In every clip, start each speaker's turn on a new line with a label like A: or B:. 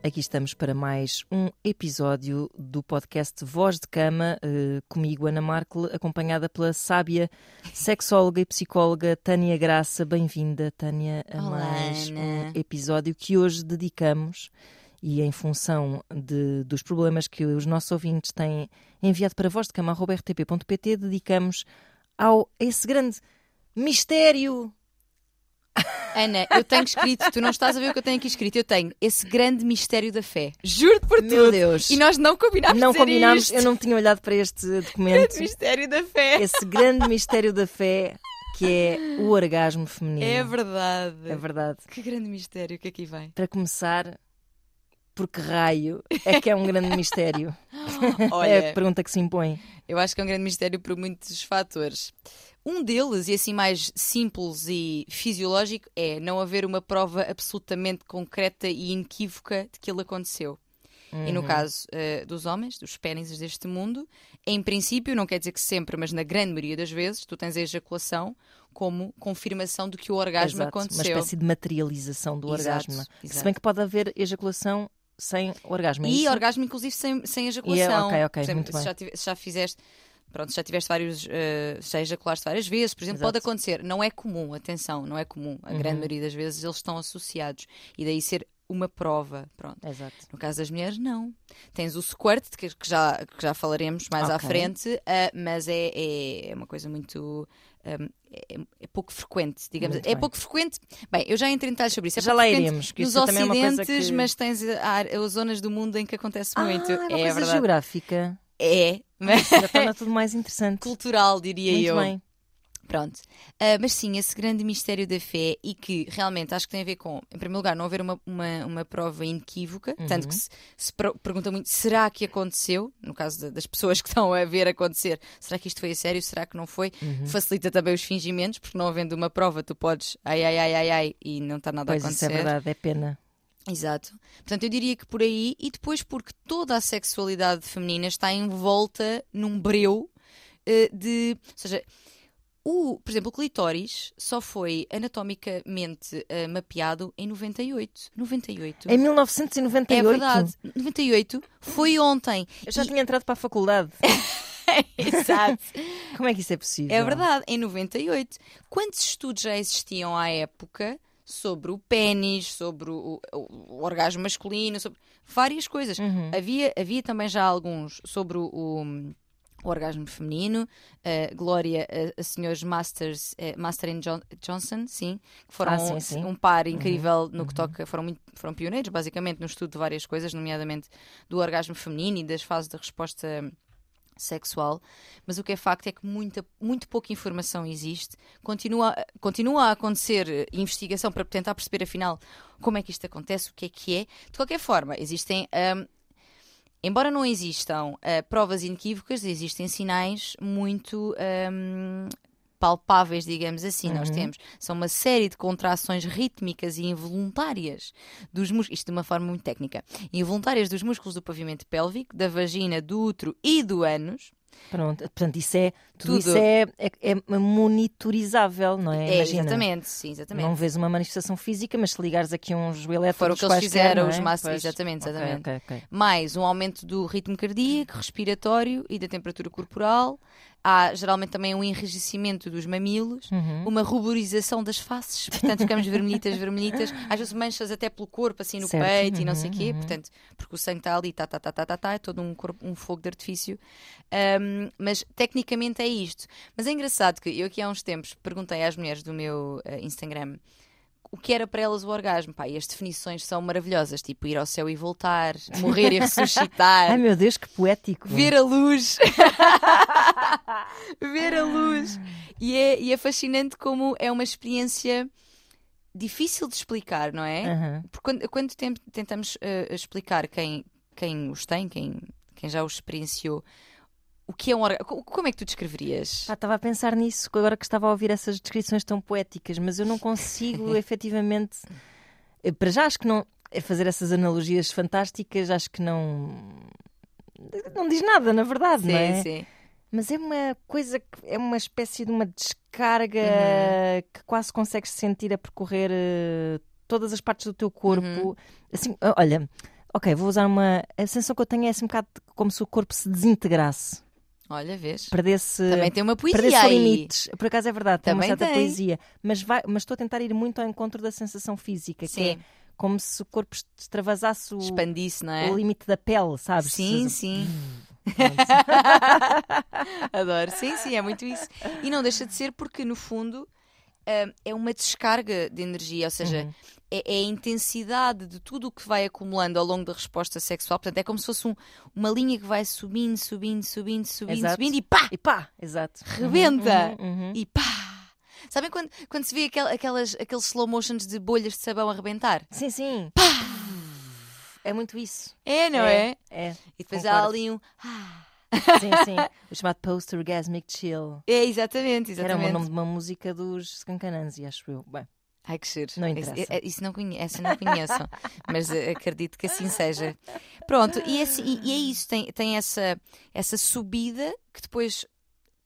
A: Aqui estamos para mais um episódio do podcast Voz de Cama, eh, comigo Ana Markle, acompanhada pela sábia sexóloga e psicóloga Tânia Graça. Bem-vinda, Tânia, a
B: Olá,
A: mais um
B: Ana.
A: episódio que hoje dedicamos e em função de- dos problemas que os nossos ouvintes têm enviado para vozdecama.rtp.pt, dedicamos ao a esse grande mistério
B: Ana, eu tenho escrito, tu não estás a ver o que eu tenho aqui escrito, eu tenho esse grande mistério da fé. Juro por
A: Meu
B: tudo.
A: Deus.
B: E nós não combinámos
A: Não
B: dizer
A: combinámos,
B: isto.
A: eu não tinha olhado para este documento.
B: Mistério da fé.
A: Esse grande mistério da fé que é o orgasmo feminino.
B: É verdade.
A: É verdade.
B: Que grande mistério que aqui vai.
A: Para começar, por que raio é que é um grande mistério? É a
B: Olha,
A: pergunta que se impõe.
B: eu acho que é um grande mistério por muitos fatores. Um deles, e assim mais simples e fisiológico, é não haver uma prova absolutamente concreta e inequívoca de que ele aconteceu. E no
A: Uhum.
B: caso eh, dos homens, dos pênis deste mundo, em princípio, não quer dizer que sempre, mas na grande maioria das vezes, tu tens a ejaculação como confirmação de que o orgasmo
A: Exato, uma
B: aconteceu.
A: espécie de materialização do
B: Exato,
A: orgasmo. é? Se
B: exato.
A: bem que pode haver ejaculação sem orgasmo. é
B: E
A: isso? é,
B: orgasmo, inclusive, sem, sem ejaculação.
A: ok, ok,
B: Por exemplo,
A: muito
B: se,
A: bem.
B: Já tive- se já fizeste. Pronto, se já tiveste vários. eh, se já ejaculaste várias vezes, por exemplo,
A: Exato. Uhum.
B: pode acontecer. Não é comum, atenção, não é comum. A grande maioria das vezes eles estão associados. E daí ser uma prova. Pronto.
A: Exato.
B: No caso das mulheres, não. Tens o squirt, que, que já, que já falaremos mais à
A: Ok.
B: frente, ah, mas é, é, é uma coisa muito. ahm, é, é pouco frequente, digamos.
A: Muito
B: é
A: bem.
B: pouco frequente. Bem, eu já entrei em detalhes sobre isso. É
A: Já
B: pouco
A: lá
B: frequente
A: iremos, que
B: Nos
A: isso também é uma coisa
B: ocidentes,
A: que-
B: mas tens a, a- as zonas do mundo em que acontece muito.
A: Ah, é uma
B: é
A: coisa
B: verdade.
A: geográfica.
B: É, mas
A: Já torna tudo mais interessante.
B: cultural, diria
A: Muito
B: eu.
A: bem.
B: Pronto. Ah, mas sim, esse grande mistério da fé e que realmente acho que tem a ver com, em primeiro lugar, não haver uma, uma, uma prova inequívoca, tanto
A: Uhum.
B: que se, se pro- pergunta muito, será que aconteceu? No caso da- das pessoas que estão a ver acontecer, será que isto foi a sério? Será que não foi?
A: Uhum.
B: Facilita também os fingimentos, porque não havendo uma prova, tu podes ai, ai, ai, ai, ai, e não está nada
A: Pois
B: a
A: isso é
B: acontecer.
A: verdade, é pena.
B: Exato. Portanto, eu diria que por aí, e depois porque toda a sexualidade feminina está envolta num breu eh, de. Ou seja, o, por exemplo, o clitóris só foi anatomicamente eh, mapeado em 98. 98.
A: Em 1998.
B: É verdade. 98 foi ontem.
A: Eu já tinha entrado para a faculdade.
B: Exato.
A: Como é que isso é possível?
B: É verdade, em 98. Quantos estudos já existiam à época sobre o pênis, sobre o, o- o orgasmo masculino, sobre várias coisas?
A: Uhum.
B: Havia, havia também já alguns sobre o, o- o orgasmo feminino, eh, glória a, a senhores Masters, eh, Master and John- Johnson, sim, que foram
A: Ah, sim, sim. Uhum.
B: um par incrível no que toca, foram, muito- foram pioneiros basicamente no estudo de várias coisas, nomeadamente do orgasmo feminino e das fases da resposta sexual, mas o que é facto é que muita, muito pouca informação existe. Continua, continua a acontecer eh, investigação para tentar perceber, afinal, como é que isto acontece, o que é que é. De qualquer forma, existem. ahm, Embora não existam ah, provas inequívocas, existem sinais muito ahm, palpáveis, digamos assim.
A: Uhum.
B: Nós temos são uma série de contrações rítmicas e involuntárias dos músculos, isto de uma forma muito técnica, involuntárias dos músculos do pavimento pélvico, da vagina, do útero e do ânus.
A: Pronto, portanto, isso é. Tudo,
B: Tudo.
A: isso é, é, é monitorizável, não é?
B: É,
A: Imagina,
B: exatamente, sim, exatamente.
A: Não vês uma manifestação física, mas se ligares aqui uns elétricos
B: Foram o que eles
A: quaisquer,
B: fizeram,
A: não é?
B: os maços,
A: Pois.
B: exatamente,
A: Ok,
B: exatamente.
A: ok, ok.
B: Mais um aumento do ritmo cardíaco, respiratório e da temperatura corporal. Há geralmente também um enrijecimento dos mamilos,
A: Uhum.
B: uma ruborização das faces, portanto ficamos vermelhitas, vermelhitas, às vezes manchas até pelo corpo, assim no
A: Certo,
B: peito e não sei o
A: uhum,
B: quê,
A: uhum.
B: portanto, porque o sangue está ali, tá, tá, tá, tá, tá, tá, é todo um, corpo- um fogo de artifício. Ahm, mas tecnicamente é isto. Mas é engraçado que eu aqui há uns tempos perguntei às mulheres do meu eh, Instagram o que era para elas o orgasmo. Pá, e as definições são maravilhosas, tipo ir ao céu e voltar, morrer e ressuscitar,
A: Ai meu Deus, que poético.
B: ver a luz. ver a luz.
A: Ah.
B: E é, e é fascinante como é uma experiência difícil de explicar, não é?
A: Aham.
B: Porque quando, quando tem- tentamos eh, explicar quem, quem os tem, quem, quem já os experienciou, o que é um orgasmo? Como é que tu descreverias?
A: Pá, estava a pensar nisso agora que estava a ouvir essas descrições tão poéticas, mas eu não consigo efetivamente. eh, Para já acho que não. é Fazer essas analogias fantásticas, acho que não. Não diz nada, na verdade, não
B: sim,
A: é?
B: sim.
A: Mas é uma coisa, que- é uma espécie de uma descarga
B: Uhum.
A: que quase
B: Uhum.
A: consegues sentir a percorrer eh, todas as partes do teu corpo. Assim, ah, olha, Ok, vou usar uma. A sensação que eu tenho é assim um bocado como se o corpo se desintegrasse,
B: Olha, vês?
A: perdesse.
B: Também tem uma
A: Perdesse
B: poesia aí.
A: limites, por acaso é verdade, tem uma
B: Também
A: certa
B: tem.
A: poesia, mas, vai- mas estou a tentar ir muito ao encontro da sensação física, que é
B: Sim,
A: como se o corpo est- extravasasse o,
B: expandisse, não é?
A: o limite da pele, sabes?
B: Sim,
A: Se-
B: sim.
A: Pronto.
B: Adoro, sim, sim, é muito isso. E não deixa de ser porque, no fundo, hum, é uma descarga de energia, ou seja,
A: Uhum.
B: é, é a intensidade de tudo o que vai acumulando ao longo da resposta sexual. Portanto, é como se fosse um- uma linha que vai subindo, subindo, subindo, subindo,
A: Exato.
B: subindo e pá!
A: E pá, exato.
B: Rebenta!
A: Uhum, uhum.
B: E pá! Sabem quando, quando se vê aquel- aquelas, aqueles slow motions de bolhas de sabão a rebentar?
A: Sim, sim. É muito isso.
B: É, não é?
A: É,
B: E depois há
A: Concordo.
B: ali um. "Ah".
A: sim, sim. O chamado Post Orgasmic Chill.
B: É, exatamente,
A: Que era um o
B: exatamente.
A: nome de uma música dos Scancananzi, acho eu. Bem,
B: Ai, que cheiro.
A: Não
B: Esse-
A: interessa.
B: é- isso não conheço, essa não conheço, mas eh, acredito que assim seja. Pronto, e, assim- e- e é isso, tem, tem essa, essa subida que depois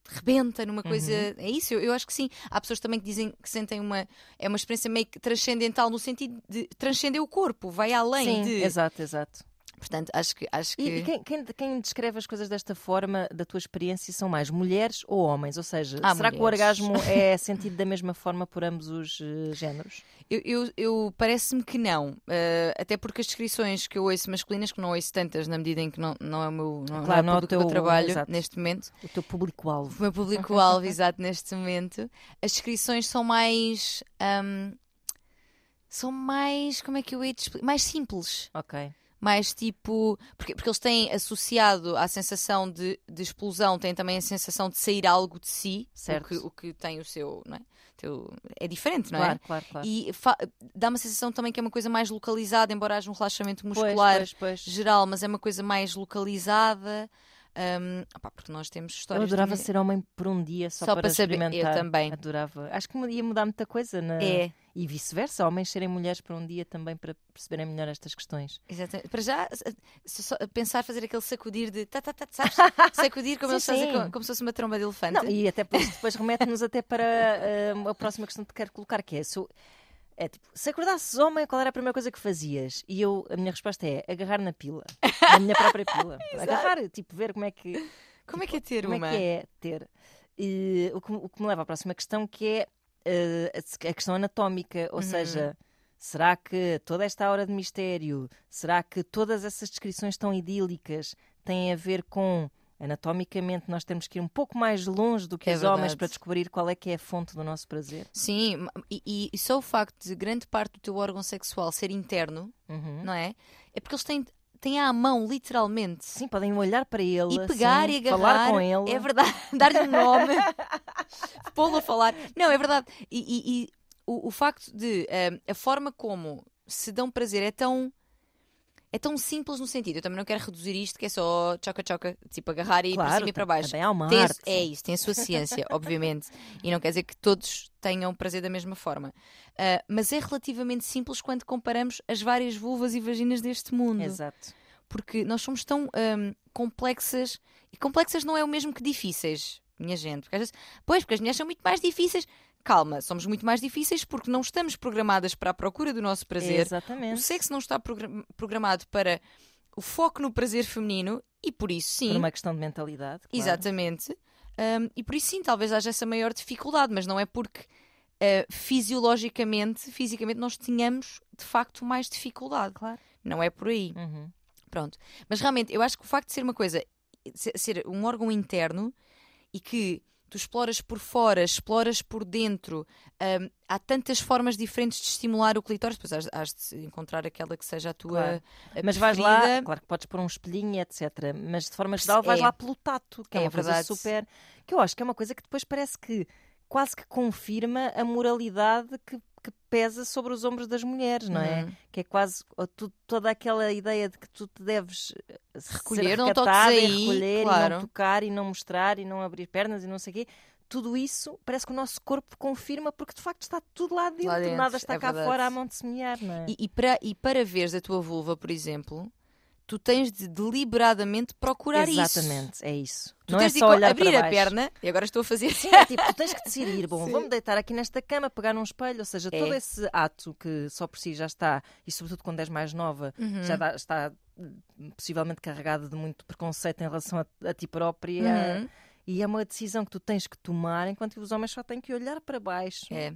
B: rebenta numa coisa.
A: Uhum.
B: É isso, eu, eu acho que sim. Há pessoas também que dizem que sentem uma. É uma experiência meio que transcendental no sentido de transcender o corpo, vai além
A: sim,
B: de.
A: exato, exato.
B: Portanto, acho que. Acho que...
A: E, e quem, quem- quem descreve as coisas desta forma, da tua experiência, são mais mulheres ou homens? Ou seja,
B: Ah,
A: será que o
B: mulheres.
A: orgasmo é sentido da mesma forma por ambos os eh, géneros?
B: Eu, eu- eu- parece-me que não. eh, até porque as descrições que eu ouço masculinas, que não ouço tantas na medida em que não, não é o meu não,
A: Claro,
B: não é o
A: não é o
B: público que eu
A: teu-
B: trabalho
A: exato.
B: neste momento,
A: O teu público-alvo?
B: o meu público-alvo exato neste momento, as descrições são mais. ahm, são mais. Como é que eu ia te explicar? Mais simples.
A: Ok.
B: Mais tipo. Porque, porque eles têm associado à sensação de, de explosão, têm também a sensação de sair algo de si,
A: Certo.
B: O, que, o que tem o seu. Não é? Teu- é diferente, não é?
A: Claro, claro, claro.
B: E fa- dá uma sensação também que é uma coisa mais localizada, embora haja um relaxamento
A: Pois,
B: muscular
A: pois, pois.
B: geral, mas é uma coisa mais localizada. Hum, opá, porque nós temos
A: Eu
B: histórias. de
A: adorava
B: mulher-
A: ser homem por um dia só,
B: Só
A: para,
B: para saber. Eu
A: experimentar.
B: também.
A: Adorava. Acho que ia mudar muita coisa. Na...
B: É,
A: E vice-versa, homens serem mulheres por um dia também para perceberem melhor estas questões.
B: exatamente. Para já, se- só pensar fazer aquele sacudir de. Tá, tá, tá, sabes? Sacudir como
A: Sim,
B: eles fazem,
A: sim.
B: como, como se fosse uma tromba de elefante.
A: Não, e até por isso depois remete-nos até para ah, a próxima questão que quero colocar, que é se, eu- é tipo, se acordasses homem, qual era a primeira coisa que fazias? E eu, a minha resposta é agarrar na pila, na minha própria pila. agarrar, tipo, ver como é que,
B: como é que é ter
A: como
B: uma?
A: é, que é ter. E, o, que, o que me leva à próxima questão, que é eh, a se- a questão anatómica, ou
B: Uhum.
A: seja, será que toda esta aura de mistério, será que todas essas descrições tão idílicas têm a ver com anatomicamente nós temos que ir um pouco mais longe do que
B: É
A: os homens
B: verdade.
A: para descobrir qual é que é a fonte do nosso prazer?
B: Sim, ma- e- e, e só o facto de grande parte do teu órgão sexual ser interno,
A: Uhum.
B: não é? É porque eles têm, têm à mão, literalmente.
A: Sim, podem olhar para ele,
B: E pegar
A: assim,
B: e agarrar.
A: falar com ele.
B: É verdade. Dar-lhe um nome. Pô-lo a falar. Não, é verdade. E, e- e o, o facto de ehm, a forma como se dão prazer é tão. É tão simples no sentido. Eu também não quero reduzir isto, que é só choca-choca, tipo agarrar e ir para
A: claro,
B: cima e para baixo.
A: também há uma
B: Tem a-
A: arte.
B: é isso, tem a sua ciência, obviamente. E não quer dizer que todos tenham prazer da mesma forma. Ah, mas é relativamente simples quando comparamos as várias vulvas e vaginas deste mundo
A: Exato.
B: porque nós somos tão hum, complexas e complexas não é o mesmo que difíceis, minha gente. Porque às vezes, pois, porque as mulheres são muito mais difíceis. Calma, somos muito mais difíceis porque não estamos programadas para a procura do nosso prazer. O
A: Exatamente.
B: sexo não está progra- programado para o foco no prazer feminino e por isso sim.
A: Por uma questão de mentalidade. claro.
B: Exatamente. Hum, e por isso sim, talvez haja essa maior dificuldade, mas não é porque eh, fisiologicamente, fisicamente, nós tenhamos de facto mais dificuldade.
A: Claro.
B: Não é por aí.
A: Uhum.
B: Pronto. Mas realmente, eu acho que o facto de ser uma coisa, se- ser um órgão interno e que tu exploras por fora, exploras por dentro, hum, há tantas formas diferentes de estimular o clitóris, depois has, has de encontrar aquela que seja a tua.
A: Claro.
B: a
A: Mas vais
B: preferida.
A: lá, claro que podes pôr um espelhinho, etc. Mas de forma geral vais
B: É.
A: lá pelo tato, que é,
B: É
A: uma
B: verdade.
A: coisa super. Que eu acho que é uma coisa que depois parece que quase que confirma a moralidade que, que pesa sobre os ombros das mulheres, não é?
B: Uhum.
A: Que é quase ou tu- toda aquela ideia de que tu te deves eh, ser
B: Recolher, não toques
A: recatada
B: aí,
A: e recolher
B: claro.
A: e não tocar e não mostrar e não abrir pernas e não sei o quê. Tudo isso parece que o nosso corpo confirma porque de facto está tudo lá dentro,
B: dentro,
A: nada está
B: é
A: cá
B: verdade.
A: fora à mão de semear, não é?
B: E, e para, e para veres a tua vulva, por exemplo, tu tens de deliberadamente procurar isso.
A: Exatamente, é isso.
B: Tu
A: não
B: tens
A: é
B: de
A: só olhar
B: abrir
A: para
B: a
A: baixo.
B: perna, e agora estou a fazer assim.
A: Sim, é tipo, tu tens que decidir, bom,
B: Sim.
A: vou-me deitar aqui nesta cama, pegar um espelho, ou seja,
B: É.
A: todo esse ato que só por si já está, e sobretudo quando és mais nova, Uhum.
B: Uhum.
A: já dá- está hum, possivelmente carregado de muito preconceito em relação a, a ti própria.
B: Uhum.
A: E é uma decisão que tu tens que tomar, enquanto que os homens só têm que olhar para baixo.
B: É.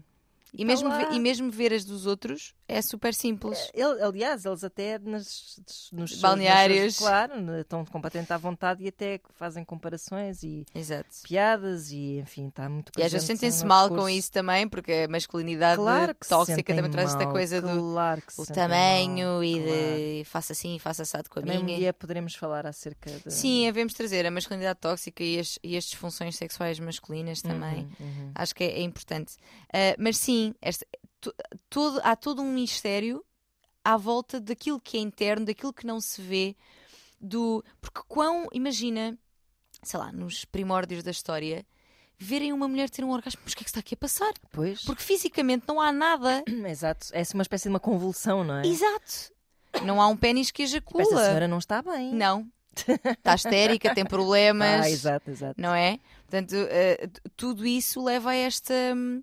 B: E,
A: tá
B: mesmo
A: lá.
B: ve- e mesmo ver as dos outros é super simples.
A: Ele- aliás, eles até nas, nos- nos seus-
B: Balneários.
A: nas suas- claro, né, estão completamente à vontade e até fazem comparações e
B: Exato.
A: piadas e enfim, está
B: E
A: muito
B: às
A: presente.
B: vezes sentem-se
A: no
B: mal
A: um discurso.
B: com isso também, porque a masculinidade
A: Claro que se
B: tóxica
A: sentem
B: também traz esta
A: mal,
B: coisa do
A: claro que se
B: o
A: sentem
B: tamanho
A: mal,
B: e
A: claro.
B: de faça assim, faça assado com a
A: Também eh, um
B: minha.
A: dia poderemos falar acerca de...
B: Sim, devemos trazer a masculinidade tóxica e as, e as disfunções sexuais masculinas também.
A: Uhum, uhum.
B: Acho que é, é importante. Ah, mas sim, esta- to- todo- há todo um mistério à volta daquilo que é interno, daquilo que não se vê, do porque quão, imagina, sei lá, nos primórdios da história, verem uma mulher ter um orgasmo, mas o que é que está aqui a passar?
A: Pois,
B: Porque fisicamente não há nada.
A: exato, é uma espécie de uma convulsão, não é?
B: Exato. Não há um pênis que
A: Tipo, Esta
B: ejacula.
A: senhora não está bem.
B: Não. Está histérica, tem problemas.
A: Ah, exato, exato.
B: não é? Portanto, eh, t- tudo isso leva a esta. hum,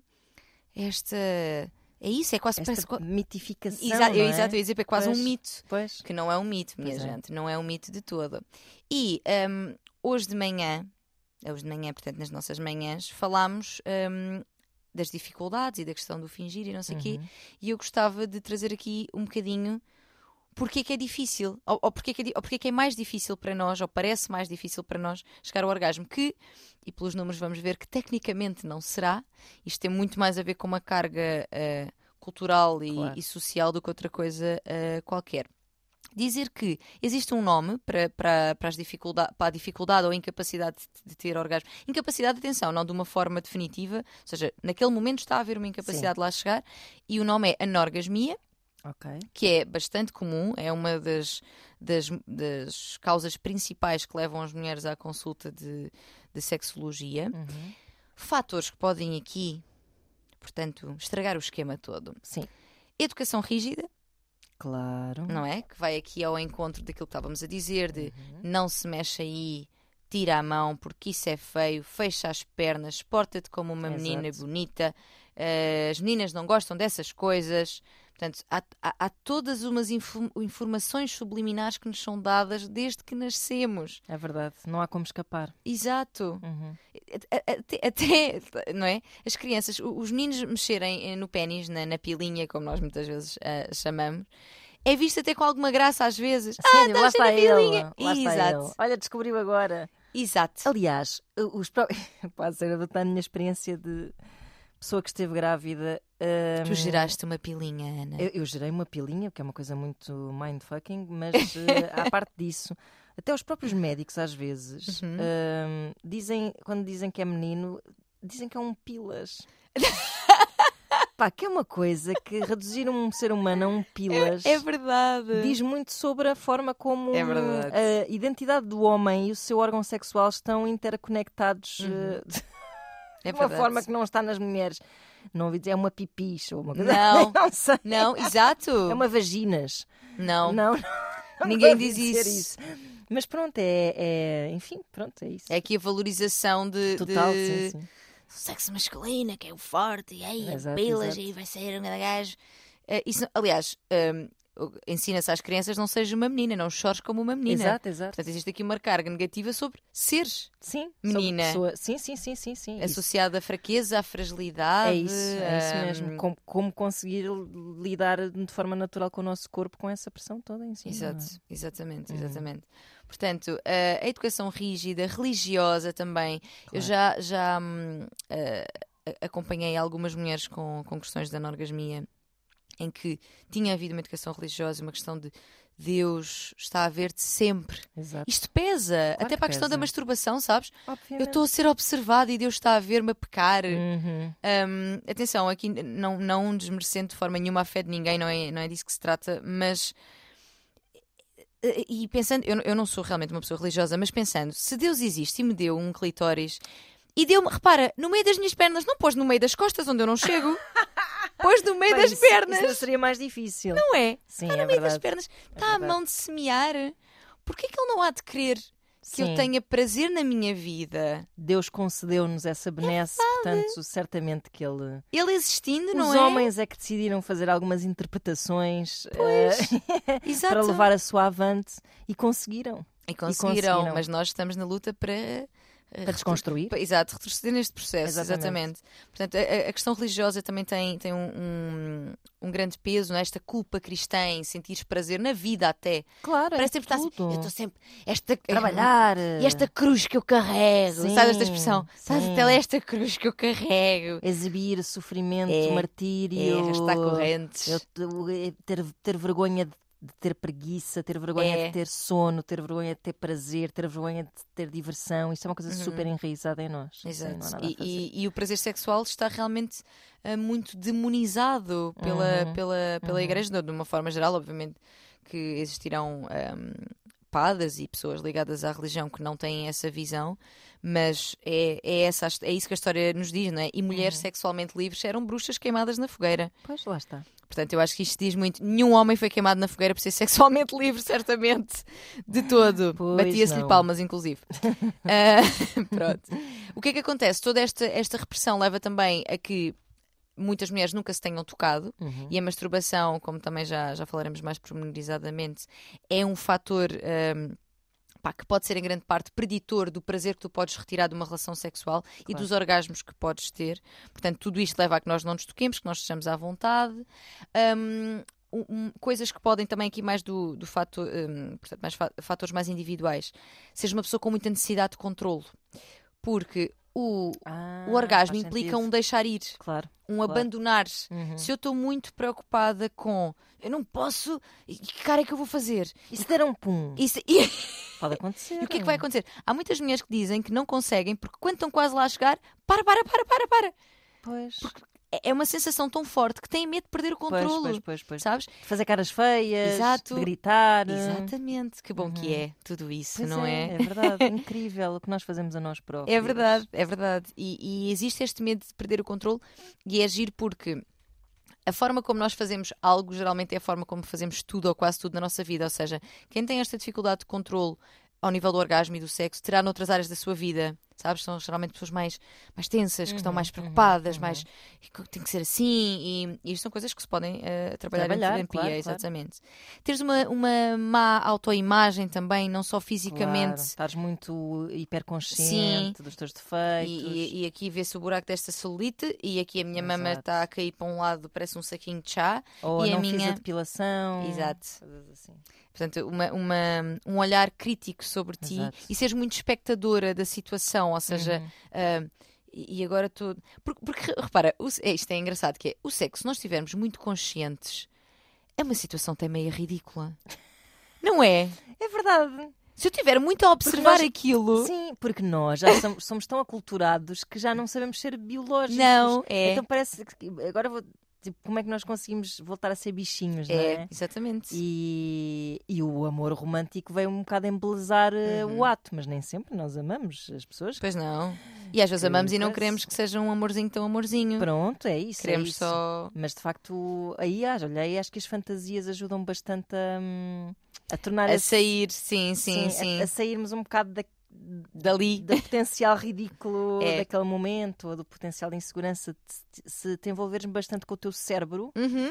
B: esta é isso, é quase.
A: Esta
B: parece qua-
A: mitificação,
B: Exa-
A: não
B: eu,
A: é?
B: exato, eu ia dizer, é quase
A: Pois.
B: um mito.
A: Pois.
B: Que não é um mito, minha
A: Pois é.
B: gente, não é um mito de todo. E hum, hoje de manhã, hoje de manhã, portanto, nas nossas manhãs, falámos. hum, das dificuldades e da questão do fingir e não sei o quê,
A: Uhum.
B: e eu gostava de trazer aqui um bocadinho porque é que é difícil, ou, ou porque, é que é, di- ou porque é que é mais difícil para nós, ou parece mais difícil para nós chegar ao orgasmo, que, e pelos números vamos ver que tecnicamente não será, isto tem muito mais a ver com uma carga eh, cultural e,
A: Claro.
B: e social do que outra coisa eh, qualquer. Dizer que existe um nome para, para, para, as dificulda para a dificuldade ou incapacidade de, de ter orgasmo. Incapacidade, atenção, não de uma forma definitiva, ou seja, naquele momento está a haver uma incapacidade de lá chegar, e o nome é anorgasmia,
A: Ok.
B: que é bastante comum, é uma das, das, das causas principais que levam as mulheres à consulta de, de sexologia.
A: Uhum.
B: Fatores que podem aqui, portanto, estragar o esquema todo.
A: Sim,
B: Educação rígida,
A: claro.
B: não é? Que vai aqui ao encontro daquilo que estávamos a dizer, de
A: Uhum.
B: não se mexe aí, tira a mão, porque isso é feio, fecha as pernas, porta-te como uma
A: Exato.
B: menina bonita, eh, as meninas não gostam dessas coisas. Portanto, há, há- há todas umas info- informações subliminares que nos são dadas desde que nascemos.
A: É verdade, não há como escapar.
B: Exato.
A: Uhum.
B: A- a- Até, até, não é? As crianças, o- os meninos mexerem eh, no pênis, na, na pilinha, como nós muitas vezes eh, chamamos, é visto até com alguma graça às vezes.
A: Sério,
B: tá
A: lá
B: a
A: está
B: cheio de
A: ele.
B: pilinha.
A: Lá está
B: Exato.
A: ele. Olha, descobriu agora.
B: Exato.
A: Aliás, eh, os pró- pode ser adotar a minha experiência de pessoa que esteve grávida. hum,
B: Tu geraste uma pilinha, Ana.
A: Eu, eu gerei uma pilinha, que é uma coisa muito mindfucking, mas eh, à parte disso, até os próprios médicos às vezes
B: Uhum.
A: hum, dizem, quando dizem que é menino, dizem que é um pilas. Pá, que é uma coisa que reduzir um ser humano a um pilas
B: É verdade.
A: diz muito sobre a forma como eh,
B: É verdade.
A: a identidade do homem e o seu órgão sexual estão interconectados
B: Uhum.
A: eh, de
B: é
A: uma
B: verdade.
A: forma que não está nas mulheres. Não ouvi dizer é uma pipicha ou uma coisa. assim.
B: Não.
A: não sei.
B: Não, exato.
A: É uma vaginas.
B: Não.
A: Não, não,
B: Ninguém
A: ouvi
B: diz
A: dizer
B: isso.
A: Mas pronto, é, é- Enfim, pronto, é isso.
B: É aqui a valorização de,
A: Total,
B: de-
A: sim, sim.
B: sexo masculino, que é o forte, e aí,
A: Exato,
B: pilas,
A: exato.
B: e aí vai sair um grande gajo. Eh, isso, aliás, hum, o- ensina-se às crianças: não seja uma menina, não chores como uma menina.
A: Exato, exato.
B: Portanto, existe aqui uma carga negativa sobre seres,
A: Sim, sobre
B: Menina.
A: pessoa- Sim, sim, sim, sim, sim. é isso.
B: associada à fraqueza, à fragilidade.
A: É isso, é isso
B: hum,
A: mesmo. Como, como conseguir lidar de forma natural com o nosso corpo com essa pressão toda em cima.
B: Exato, exatamente,
A: é? Uhum.
B: exatamente. Portanto, eh, a educação rígida, religiosa também. Eu
A: Claro.
B: já, já hum, eh, a- acompanhei algumas mulheres com, com questões da anorgasmia em que tinha havido uma educação religiosa, uma questão de Deus está a ver-te sempre.
A: Exato.
B: Isto pesa,
A: Claro
B: até
A: que
B: para a questão da
A: pesa. É
B: masturbação, sabes? Eu
A: Obviamente.
B: estou a ser observada e Deus está a ver-me a pecar.
A: Uhum.
B: Hum, atenção, aqui n- não, não desmerecendo de forma nenhuma a fé de ninguém, não é, não é disso que se trata, mas. E e pensando, eu, n- eu não sou realmente uma pessoa religiosa, mas pensando, se Deus existe e me deu um clitóris e deu-me, repara, no meio das minhas pernas, não pôs no meio das costas onde eu não chego, pôs no meio
A: Bem,
B: das
A: isso-
B: pernas,
A: Isso seria mais difícil.
B: não é?
A: Sim,
B: Está
A: é
B: no meio das
A: verdade.
B: pernas, está a
A: verdade.
B: mão de semear. porquê que ele não há de querer que
A: Sim.
B: eu tenha prazer na minha vida?
A: Deus concedeu-nos essa benesse, portanto, certamente que ele.
B: Ele existindo, não
A: Os
B: é?
A: homens é que decidiram fazer algumas interpretações eh,
B: Exato.
A: para levar a sua avante e conseguiram.
B: E conseguiram,
A: conseguiram.
B: mas nós estamos na luta para. eh,
A: Para desconstruir.
B: Pa- Exato, retroceder neste processo,
A: Exatamente.
B: exatamente. Portanto, a- a, a questão religiosa também tem, tem um, um, um grande peso, não é? esta culpa cristã em sentir prazer na vida até.
A: Claro,
B: Parece sempre que está
A: tudo. É
B: eu estou sempre esta
A: trabalhar.
B: é
A: eh,
B: E é esta cruz que eu carrego,
A: Sim,
B: sabes esta expressão? Sabes
A: sim.
B: até lá esta cruz que eu carrego.
A: Exibir sofrimento,
B: É,
A: martírio.
B: É, arrastar correntes.
A: eu te- eh, ter, ter vergonha de de ter preguiça, ter vergonha
B: É.
A: de ter sono, ter vergonha de ter prazer, ter vergonha de ter diversão. Isto é uma coisa super enraizada em nós. Sim,
B: Uhum. Exato.
A: não há nada a
B: e,
A: fazer.
B: e- e o prazer sexual está realmente ah, muito demonizado
A: Uhum.
B: pela, pela, pela Igreja, de uma forma geral, obviamente que existirão ahm, padres e pessoas ligadas à religião que não têm essa visão, mas é, é, essa, a his- é isso que a história nos diz, não é? E
A: Uhum.
B: mulheres sexualmente livres eram bruxas queimadas na fogueira.
A: Pois lá está.
B: Portanto, eu acho que isto diz muito. Nenhum homem foi queimado na fogueira por ser sexualmente livre, certamente, de todo.
A: Pois
B: Batia-se-lhe
A: não.
B: palmas, inclusive. Ah, pronto. O que é que acontece? Toda esta, esta repressão leva também a que muitas mulheres nunca se tenham tocado
A: Uhum.
B: e a masturbação, como também já, já falaremos mais pormenorizadamente, é um fator. ah, pá, que pode ser em grande parte preditor do prazer que tu podes retirar de uma relação sexual e
A: Claro.
B: dos orgasmos que podes ter. Portanto, tudo isto leva a que nós não nos toquemos, que nós estejamos à vontade. Hum, um- um- coisas que podem também aqui mais do, do fator, hum, portanto, mais fa- fatores mais individuais. Seja uma pessoa com muita necessidade de controlo, porque o,
A: Ah,
B: o orgasmo
A: faz
B: implica
A: sentido.
B: um deixar ir,
A: Claro.
B: um
A: Claro.
B: abandonar.
A: Uhum.
B: Se eu estou muito preocupada com eu não posso, e que cara é que eu vou fazer?
A: E se der um pum?
B: Isso- e-
A: Pode acontecer.
B: e o que é que vai acontecer? Há muitas mulheres que dizem que não conseguem porque quando estão quase lá a chegar, para, para, para, para, para.
A: Pois.
B: É- É uma sensação tão forte que têm medo de perder o
A: Pois,
B: controle.
A: pois, pois, Hum. pois.
B: Sabes?
A: De Fazer caras feias,
B: Exato.
A: de gritar.
B: Exatamente. Que bom que é tudo isso,
A: Uhum. Pois
B: não
A: é, verdade. Incrível o que nós fazemos a nós próprios.
B: É verdade, é verdade. E, e existe este medo de perder o controle e agir porque a forma como nós fazemos algo geralmente é a forma como fazemos tudo ou quase tudo na nossa vida. Ou seja, quem tem esta dificuldade de controle ao nível do orgasmo e do sexo terá noutras áreas da sua vida. Sabes? São geralmente pessoas mais, mais tensas, que estão
A: Uhum,
B: mais preocupadas, mais. tem que ser assim. E, e isto são coisas que se podem eh, trabalhar,
A: Trabalhar,
B: em terapia,
A: claro, claro.
B: exatamente. Teres uma, uma má autoimagem também, não só fisicamente.
A: Claro, estás muito hiperconsciente dos teus defeitos.
B: E, e- e aqui vê-se o buraco desta celulite e aqui a minha mama
A: Exato.
B: está a cair para um lado, parece um saquinho de chá.
A: ou
B: e a
A: não fiz a
B: minha-
A: depilação.
B: Exato.
A: Coisas assim.
B: Portanto, uma, uma- um olhar crítico sobre ti
A: Exato.
B: e seres muito espectadora da situação, ou seja,
A: Uhum.
B: ah, e e agora estou. Porque, porque, repara, o se- é, isto é engraçado que é o sexo, se nós estivermos muito conscientes, é uma situação até meio ridícula. Não é?
A: É verdade.
B: Se eu estiver muito a observar
A: nós-
B: aquilo.
A: Sim, porque nós já som- somos, tão aculturados que já não sabemos ser biológicos.
B: Não, é.
A: Então parece que agora vou. Tipo, como é que nós conseguimos voltar a ser bichinhos, não
B: é,
A: é?
B: exatamente.
A: E, e o amor romântico veio um bocado embelezar eh,
B: Uhum.
A: o ato, mas nem sempre nós amamos as pessoas.
B: Pois não. E às vezes
A: Que
B: amamos e não
A: parece-
B: queremos que seja um amorzinho tão amorzinho.
A: Pronto, é isso. é
B: Queremos
A: isso.
B: só.
A: Mas de facto, aí acho, olha, aí acho que as fantasias ajudam bastante a, hum, a tornar
B: A
A: esse-
B: sair, sim, sim,
A: sim,
B: sim.
A: A, a sairmos um bocado da,
B: Dali.
A: do potencial ridículo
B: É.
A: daquele momento ou do potencial de insegurança. de se- se te envolveres bastante com o teu cérebro,
B: Uhum.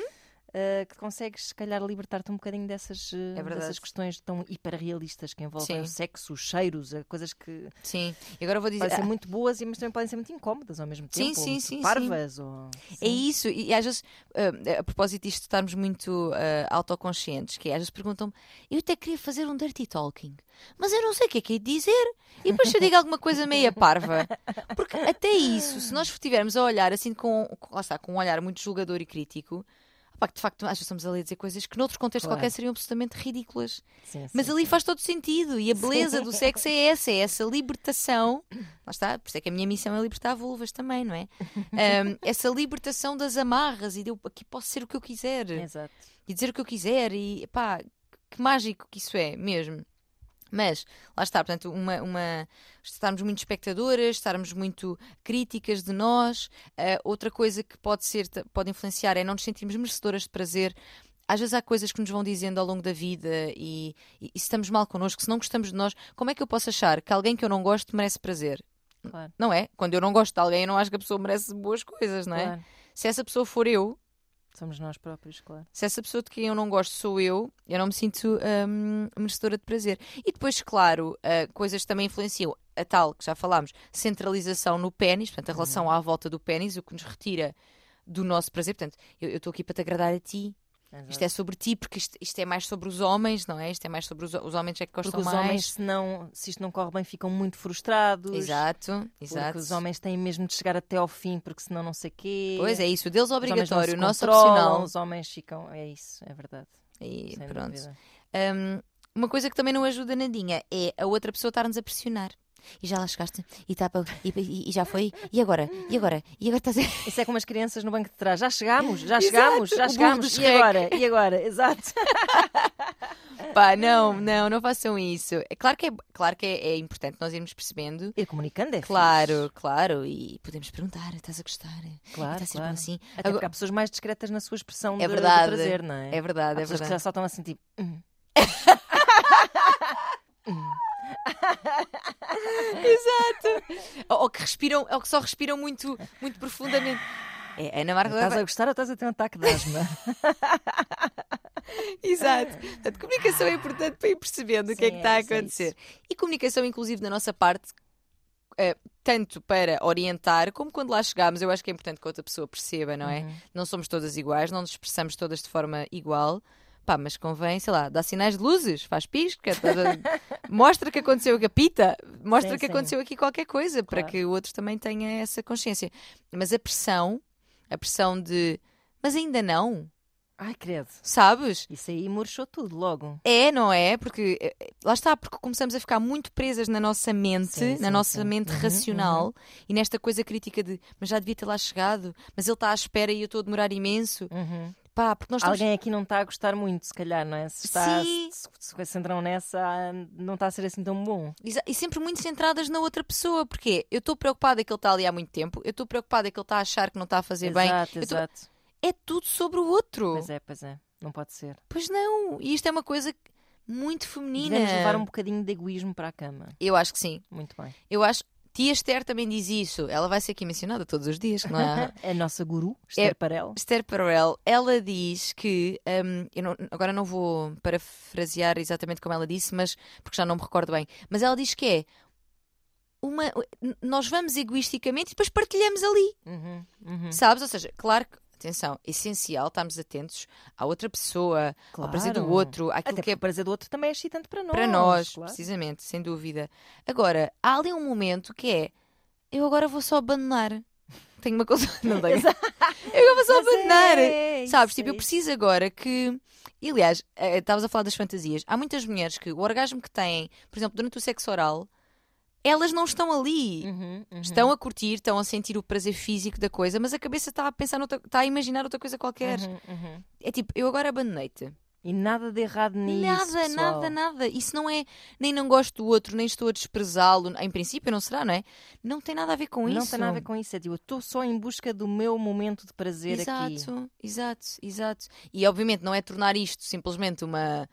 A: eh, que consegues, se calhar, libertar-te um bocadinho dessas, eh,
B: É verdade.
A: dessas questões tão hiperrealistas que envolvem
B: Sim.
A: o sexo, os cheiros, eh, coisas que
B: Sim. E agora eu vou dizer.
A: podem ser muito boas, e- mas também podem ser muito incómodas ao mesmo
B: Sim,
A: tempo. ou
B: sim,
A: muito
B: sim, sim.
A: Parvas. Ou...
B: É isso, e e às vezes, ah, a propósito disto, estarmos muito ah, autoconscientes, que é, às vezes perguntam-me, eu até queria fazer um dirty talking, mas eu não sei o que é que é de dizer, e depois se eu digo alguma coisa meia parva. Porque até isso, se nós estivermos a olhar assim com, com- lá está, com um olhar muito julgador e crítico, pá, que de facto às vezes estamos ali a dizer coisas que noutro contexto
A: Claro.
B: qualquer seriam absolutamente ridículas.
A: Sim,
B: Mas
A: sim.
B: ali faz todo sentido. E a beleza do sexo é essa, é essa libertação. Lá está, por isso é que a minha missão é libertar vulvas também, não é? Ahm, essa libertação das amarras e de eu aqui posso ser o que eu quiser
A: Exato.
B: e dizer o que eu quiser e pá, que mágico que isso é mesmo. Mas, lá está, portanto, uma, uma- estarmos muito espectadoras, estarmos muito críticas de eh, nós. Ah, outra coisa que pode ser, pode influenciar é não nos sentirmos merecedoras de prazer. às vezes há coisas que nos vão dizendo ao longo da vida e, e, e se estamos mal connosco, se não gostamos de nós, como é que eu posso achar que alguém que eu não gosto merece prazer?
A: Claro,
B: Não é? Quando eu não gosto de alguém, eu não acho que a pessoa merece boas coisas, não é?
A: claro.
B: Se essa pessoa for eu,
A: Somos nós próprios, claro.
B: se essa pessoa de quem eu não gosto sou eu, eu não me sinto hum, merecedora de prazer. E depois, claro, ah, coisas que também influenciam. A tal que já falámos, centralização no pênis, portanto,
A: Uhum.
B: a relação à volta do pênis, o que nos retira do nosso prazer. Portanto, eu eu estou aqui para te agradar a ti,
A: Uhum.
B: isto é sobre ti, porque isto, isto é mais sobre os homens, não é? Isto é mais sobre os, os homens é que
A: Porque
B: gostam
A: os
B: mais.
A: homens, se, não, se isto não corre bem, ficam muito frustrados.
B: Exato,
A: Porque
B: exato.
A: os homens têm mesmo de chegar até ao fim, porque senão não sei quê.
B: Pois é isso, o deles é
A: Os homens não
B: obrigatório,
A: se
B: o nosso
A: controlam,
B: opcional.
A: Os homens ficam. É isso, é verdade.
B: E
A: sem
B: pronto.
A: dúvida.
B: Hum, uma coisa que também não ajuda nadinha é a outra pessoa estar-nos a pressionar. E já lá chegaste, e, tá pa- e, e- e já foi, e agora? E agora? E agora estás a.
A: Isso é como as crianças no banco de trás. Já chegámos, já
B: Exato,
A: chegámos,
B: o
A: já
B: burro do
A: chegámos. E
B: Shrek.
A: agora? E agora? Exato.
B: Pá, não, não, não façam isso. É claro que é, claro que é, é importante nós irmos percebendo.
A: Ir comunicando é fixe.
B: Claro, claro, e podemos perguntar, estás a gostar?
A: Claro,
B: Está a ser bom
A: claro.
B: assim.
A: Até
B: Agora-
A: porque há pessoas mais discretas na sua expressão
B: É
A: de,
B: verdade.
A: de prazer, não é?
B: É
A: Há
B: verdade, é
A: pessoas que
B: verdade.
A: já só estão assim, tipo... "Hum,
B: Ou, ou que respiram, ou que só respiram muito, muito profundamente. É, a Ana Marta
A: Estás a gostar ou estás a ter um ataque de asma?
B: Exato. Portanto, comunicação é importante para ir percebendo o que é
A: Sim,
B: que
A: é
B: está a
A: isso, é
B: acontecer. e comunicação, inclusive, da nossa parte, eh, tanto para orientar, como quando lá chegarmos, eu acho que é importante que a outra pessoa perceba, não é?
A: Uhum.
B: Não somos todas iguais, não nos expressamos todas de forma igual. Pá, mas convém, sei lá, dá sinais de luzes, faz pisca, estás a- mostra que aconteceu a pita, mostra
A: Sim,
B: que
A: sim.
B: aconteceu aqui qualquer coisa, para
A: Claro.
B: que o outro também tenha essa consciência. Mas a pressão, a pressão de, mas ainda não,
A: Ai, credo.
B: sabes?
A: Isso aí murchou tudo logo.
B: É, não é? Porque eh, eh, lá está, porque começamos a ficar muito presas na nossa mente,
A: Sim,
B: na
A: sim,
B: nossa
A: sim.
B: mente
A: Uhum,
B: racional e nesta coisa crítica de mas já devia ter lá chegado, mas ele está à espera e eu estou a demorar imenso. Pá, porque nós estamos.
A: Uhum. Alguém aqui não está a gostar muito, se calhar, não é? Se, está,
B: Sim.
A: se, se, se entram nessa, ah, não está a ser assim tão bom.
B: Exa- E sempre muito centradas na outra pessoa, porque é, eu estou preocupada que ele está ali há muito tempo, eu estou preocupada que ele está a achar que não está a fazer bem.
A: exato,
B: eu tô-
A: exato.
B: É tudo sobre o outro.
A: Pois é, pois é. Não pode ser.
B: Pois não. E isto é uma coisa que- muito feminina.
A: Devemos levar um bocadinho de egoísmo para a cama.
B: Eu acho que sim.
A: Muito bem.
B: Eu acho. Tia Esther também diz isso. Ela vai ser aqui mencionada todos os dias, que não há,
A: A nossa guru, Esther
B: Ah, É-
A: Parel.
B: Esther Perel, ela diz que, hum, eu não- agora não vou parafrasear exatamente como ela disse, mas porque já não me recordo bem, mas ela diz que é uma, nós vamos egoisticamente e depois partilhamos ali,
A: Uhum, uhum.
B: sabes? Ou seja, claro que, atenção, é essencial estarmos atentos à outra pessoa, ao prazer do
A: Claro.
B: outro, àquilo
A: Até
B: que
A: porque
B: é
A: o prazer do outro também é excitante para nós.
B: para nós,
A: claro.
B: precisamente, sem dúvida. Agora, há ali um momento que é eu agora vou só abandonar. Tenho uma coisa. Não tenho.
A: Exato.
B: Eu agora vou só
A: Mas
B: abandonar.
A: é,
B: Sabes,
A: isso,
B: tipo,
A: é
B: eu
A: isso.
B: preciso agora que. E, aliás, eh, estavas a falar das fantasias. Há muitas mulheres que o orgasmo que têm, por exemplo, durante o sexo oral, elas não estão ali.
A: Uhum, uhum.
B: Estão a curtir, estão a sentir o prazer físico da coisa, mas a cabeça está a pensar, noutra- está a imaginar outra coisa qualquer.
A: Uhum, uhum.
B: É tipo, eu agora abandonei-te.
A: E nada de errado nisso.
B: Nada,
A: pessoal.
B: nada, nada. Isso não é nem não gosto do outro, nem estou a desprezá-lo. Em princípio, não será, não é? Não tem nada a ver com
A: não
B: isso.
A: tem nada a ver com isso. É tipo, eu estou só em busca do meu momento de prazer aqui.
B: Exato, exato, exato. E obviamente não é tornar isto simplesmente uma,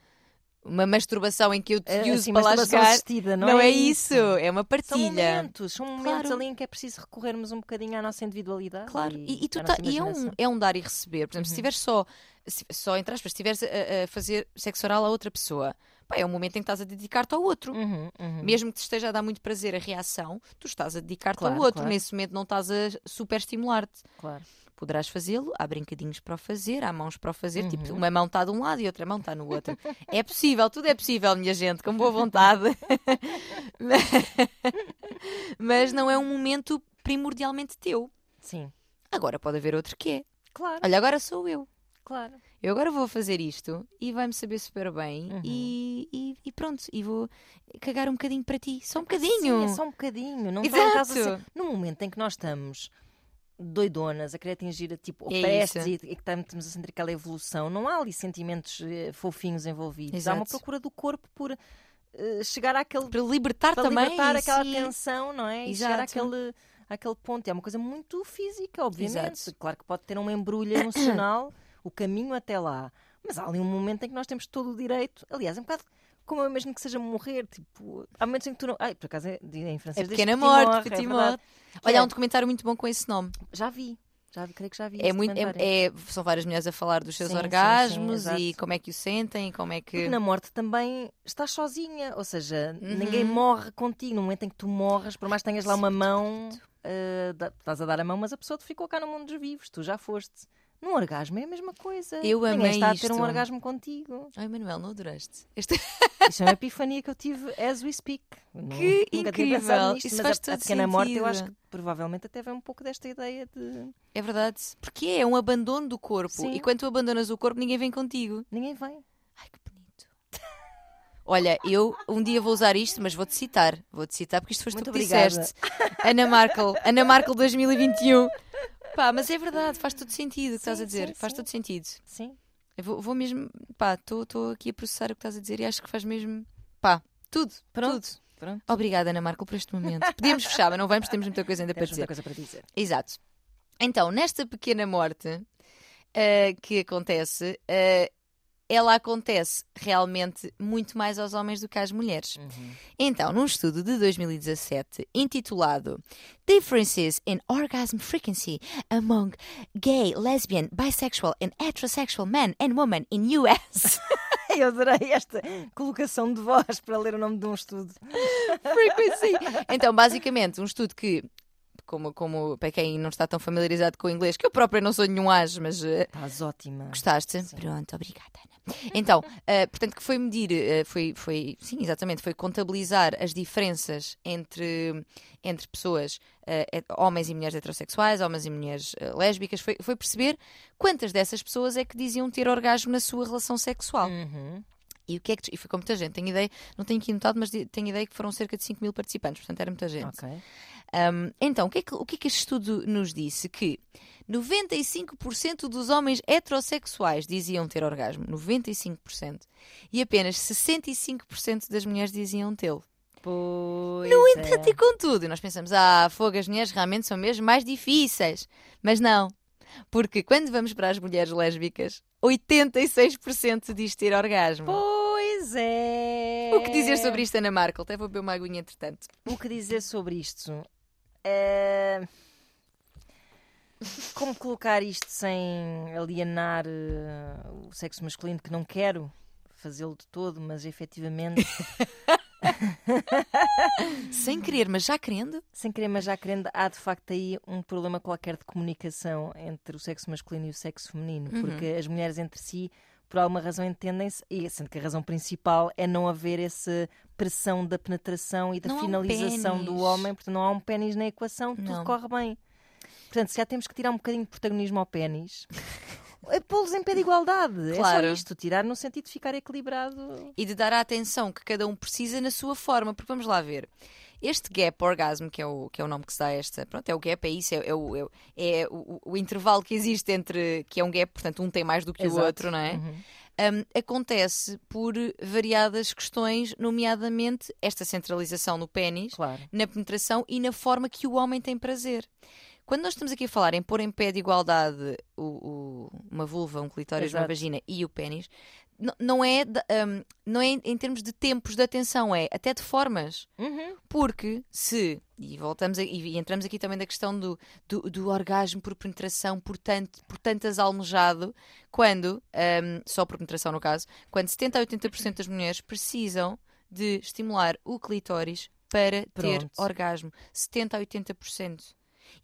B: uma masturbação em que eu te
A: É,
B: uso
A: assim,
B: para lá
A: masturbação
B: chegar.
A: assistida, não,
B: Não, é isso, é uma
A: São
B: partilha.
A: momentos, são momentos
B: Claro.
A: ali em que é preciso recorrermos um bocadinho à nossa individualidade.
B: Claro, e, e tu
A: à
B: tá-
A: nossa
B: e é, um,
A: imaginação. Uhum.
B: é um dar e receber. Por exemplo, se estiveres só, se, só entre aspas, se estiveres a, a fazer sexo oral a outra pessoa, pá, é um momento em que estás a dedicar-te ao outro.
A: Uhum, uhum.
B: Mesmo que te esteja a dar muito prazer a reação, tu estás a dedicar-te ao
A: Claro,
B: outro.
A: claro.
B: Nesse momento não estás a superestimular-te.
A: Claro.
B: Poderás fazê-lo, há brincadinhos para o fazer, há mãos para o fazer, tipo,
A: Uhum.
B: uma mão está de um lado e outra mão está no outro. é possível, tudo é possível, minha gente, com boa vontade. Mas- Mas não é um momento primordialmente teu.
A: Sim.
B: Agora pode haver outro que é.
A: Claro,
B: Olha, agora sou eu.
A: claro.
B: Eu agora vou fazer isto e vai-me saber super bem
A: Uhum.
B: e, e- e pronto, e vou cagar um bocadinho para ti, só um bocadinho.
A: Sim, é só um bocadinho. Não
B: Exato.
A: estás a ser... No momento em que nós estamos doidonas, a querer atingir a, tipo,
B: É
A: oprestes e, e que estamos a sentir aquela evolução, não há ali sentimentos eh, fofinhos envolvidos. Há uma
B: Exato.
A: procura do corpo por eh, chegar àquele.
B: Para libertar
A: para
B: também
A: libertar aquela
B: sim.
A: tensão, não é? E chegar
B: Exato.
A: àquele, àquele ponto. É uma coisa muito física, obviamente.
B: Exato.
A: Claro que pode ter uma embrulha emocional o caminho até lá. Mas há ali um momento em que nós temos todo o direito. Aliás, é um bocado como eu imagino que seja morrer. Tipo, há momentos em que tu não. Ai, por acaso, é- em francês.
B: É
A: diz
B: pequena
A: petit
B: morte,
A: é
B: petit
A: verdade.
B: morte. Olha, há
A: é-
B: um documentário muito bom com esse nome.
A: Já vi. Já vi, creio que já vi.
B: É
A: esse
B: muito,
A: documentário.
B: é- é- são várias mulheres a falar dos seus
A: Sim, sim, sim,
B: orgasmos e
A: exato.
B: como é que o sentem, como é que.
A: Porque na morte também estás sozinha, ou seja,
B: Uhum.
A: ninguém morre contigo. No momento em que tu morres, por mais que tenhas lá
B: Sim,
A: uma
B: que
A: mão, eh, da- estás a dar a mão, mas a pessoa ficou cá no mundo dos vivos, tu já foste. Num orgasmo é a mesma coisa.
B: Eu
A: ninguém
B: amei
A: está a ter
B: isto.
A: um orgasmo contigo.
B: Ai, Manuel, não adoraste? Este...
A: Isso é uma epifania que eu tive as we speak. Eu nu-
B: Que
A: Nunca
B: incrível.
A: tinha pensado nisto,
B: Isso
A: mas
B: faz
A: a,
B: todo
A: a pequena morte eu acho
B: sentido.
A: que provavelmente até vem um pouco desta ideia de
B: É verdade. Porque é um abandono do corpo.
A: Sim.
B: E quando tu abandonas o corpo, ninguém vem contigo.
A: ninguém vem.
B: Ai, que bonito. Olha, eu um dia vou usar isto, mas vou-te citar. Vou-te citar porque isto foste
A: Muito
B: tu que
A: obrigada.
B: disseste. Ana Markel, Ana Markel 2021. Pá, mas é verdade, faz todo sentido o que estás a
A: Sim,
B: dizer.
A: sim,
B: faz
A: sim.
B: todo sentido.
A: Sim.
B: Eu vou, vou mesmo, pá, estou aqui a processar o que estás a dizer e acho que faz mesmo, pá, tudo,
A: Pronto.
B: tudo.
A: Pronto.
B: Obrigada, Ana Marco, por este momento. Podíamos fechar, mas não vamos, temos muita coisa ainda para
A: Temos
B: dizer.
A: muita coisa para dizer.
B: Exato. Então, nesta pequena morte ah, que acontece, ah, ela acontece realmente muito mais aos homens do que às mulheres.
A: Uhum.
B: Então, num estudo de 2017 intitulado Differences in Orgasm Frequency Among Gay, Lesbian, Bisexual and Heterosexual Men and Women in US
A: Eu adorei esta colocação de voz para ler o nome de um estudo.
B: Frequency. Então, basicamente, um estudo que, como, como para quem não está tão familiarizado com o inglês, que eu própria não sou nenhum as, mas eh,
A: Estás ótima.
B: Gostaste? Pronto, obrigada, Ana. Então, eh, portanto, que foi medir, eh, foi, foi, sim, exatamente, foi contabilizar as diferenças entre, entre pessoas, eh, het- homens e mulheres heterossexuais, homens e mulheres eh, lésbicas, foi, foi perceber quantas dessas pessoas é que diziam ter orgasmo na sua relação sexual.
A: Uhum.
B: E o que é que, tu- e foi com muita gente, tenho ideia, não tenho aqui notado, mas di- tenho ideia que foram cerca de 5 mil participantes, portanto era muita gente.
A: Ok.
B: Um, então, o que, é que, o que é que este estudo nos disse? Que 95% dos homens heterossexuais diziam ter orgasmo, 95%, e apenas 65% das mulheres diziam tê-lo.
A: Pois. é. No entanto,
B: Até contudo, nós pensamos, ah, fogo, as mulheres realmente são mesmo mais difíceis. Mas não, porque quando vamos para as mulheres lésbicas, 86% diz ter orgasmo.
A: Pois é.
B: O que dizer sobre isto, Ana Markel? Até vou beber uma aguinha entretanto.
A: O que dizer sobre isto? É, Como colocar isto sem alienar eh, o sexo masculino, que não quero fazê-lo de todo, mas efetivamente,
B: Sem querer, mas já querendo?
A: sem querer, mas já querendo, há de facto aí um problema qualquer de comunicação entre o sexo masculino e o sexo feminino,
B: Uhum.
A: porque as mulheres entre si, por alguma razão, entendem-se, e sendo que a razão principal é não haver essa pressão da penetração e da
B: Não há um
A: finalização do
B: pénis.
A: homem, portanto não há um pênis na equação,
B: Não.
A: tudo corre bem. Portanto, se já temos que tirar um bocadinho de protagonismo ao pênis. é Pô-los em pé de igualdade. É
B: Claro.
A: só isto, tirar no sentido de ficar equilibrado.
B: e de dar a atenção que cada um precisa na sua forma, porque vamos lá ver. Este gap orgasmo, que é o, que é o nome que se dá a esta, pronto, é o gap, é isso, é, é o, é o- é o- o intervalo que existe entre, que é um gap, portanto, um tem mais do que o
A: Exato.
B: outro, não é?
A: Uhum.
B: Um, acontece por variadas questões, nomeadamente esta centralização no pênis,
A: Claro.
B: na penetração e na forma que o homem tem prazer. Quando nós estamos aqui a falar em pôr em pé de igualdade o- o- uma vulva, um clitóris, uma
A: Exato.
B: vagina e o pênis, n- não é, da- hum, não é em, em termos de tempos de atenção, é até de formas.
A: Uhum.
B: Porque se, e voltamos a- e entramos aqui também na questão do, do, do orgasmo por penetração, por, tanto, por tantas almejado, quando, hum, só por penetração no caso, quando 70 a 80% das mulheres precisam de estimular o clitóris para ter
A: Pronto.
B: orgasmo. 70 a 80%.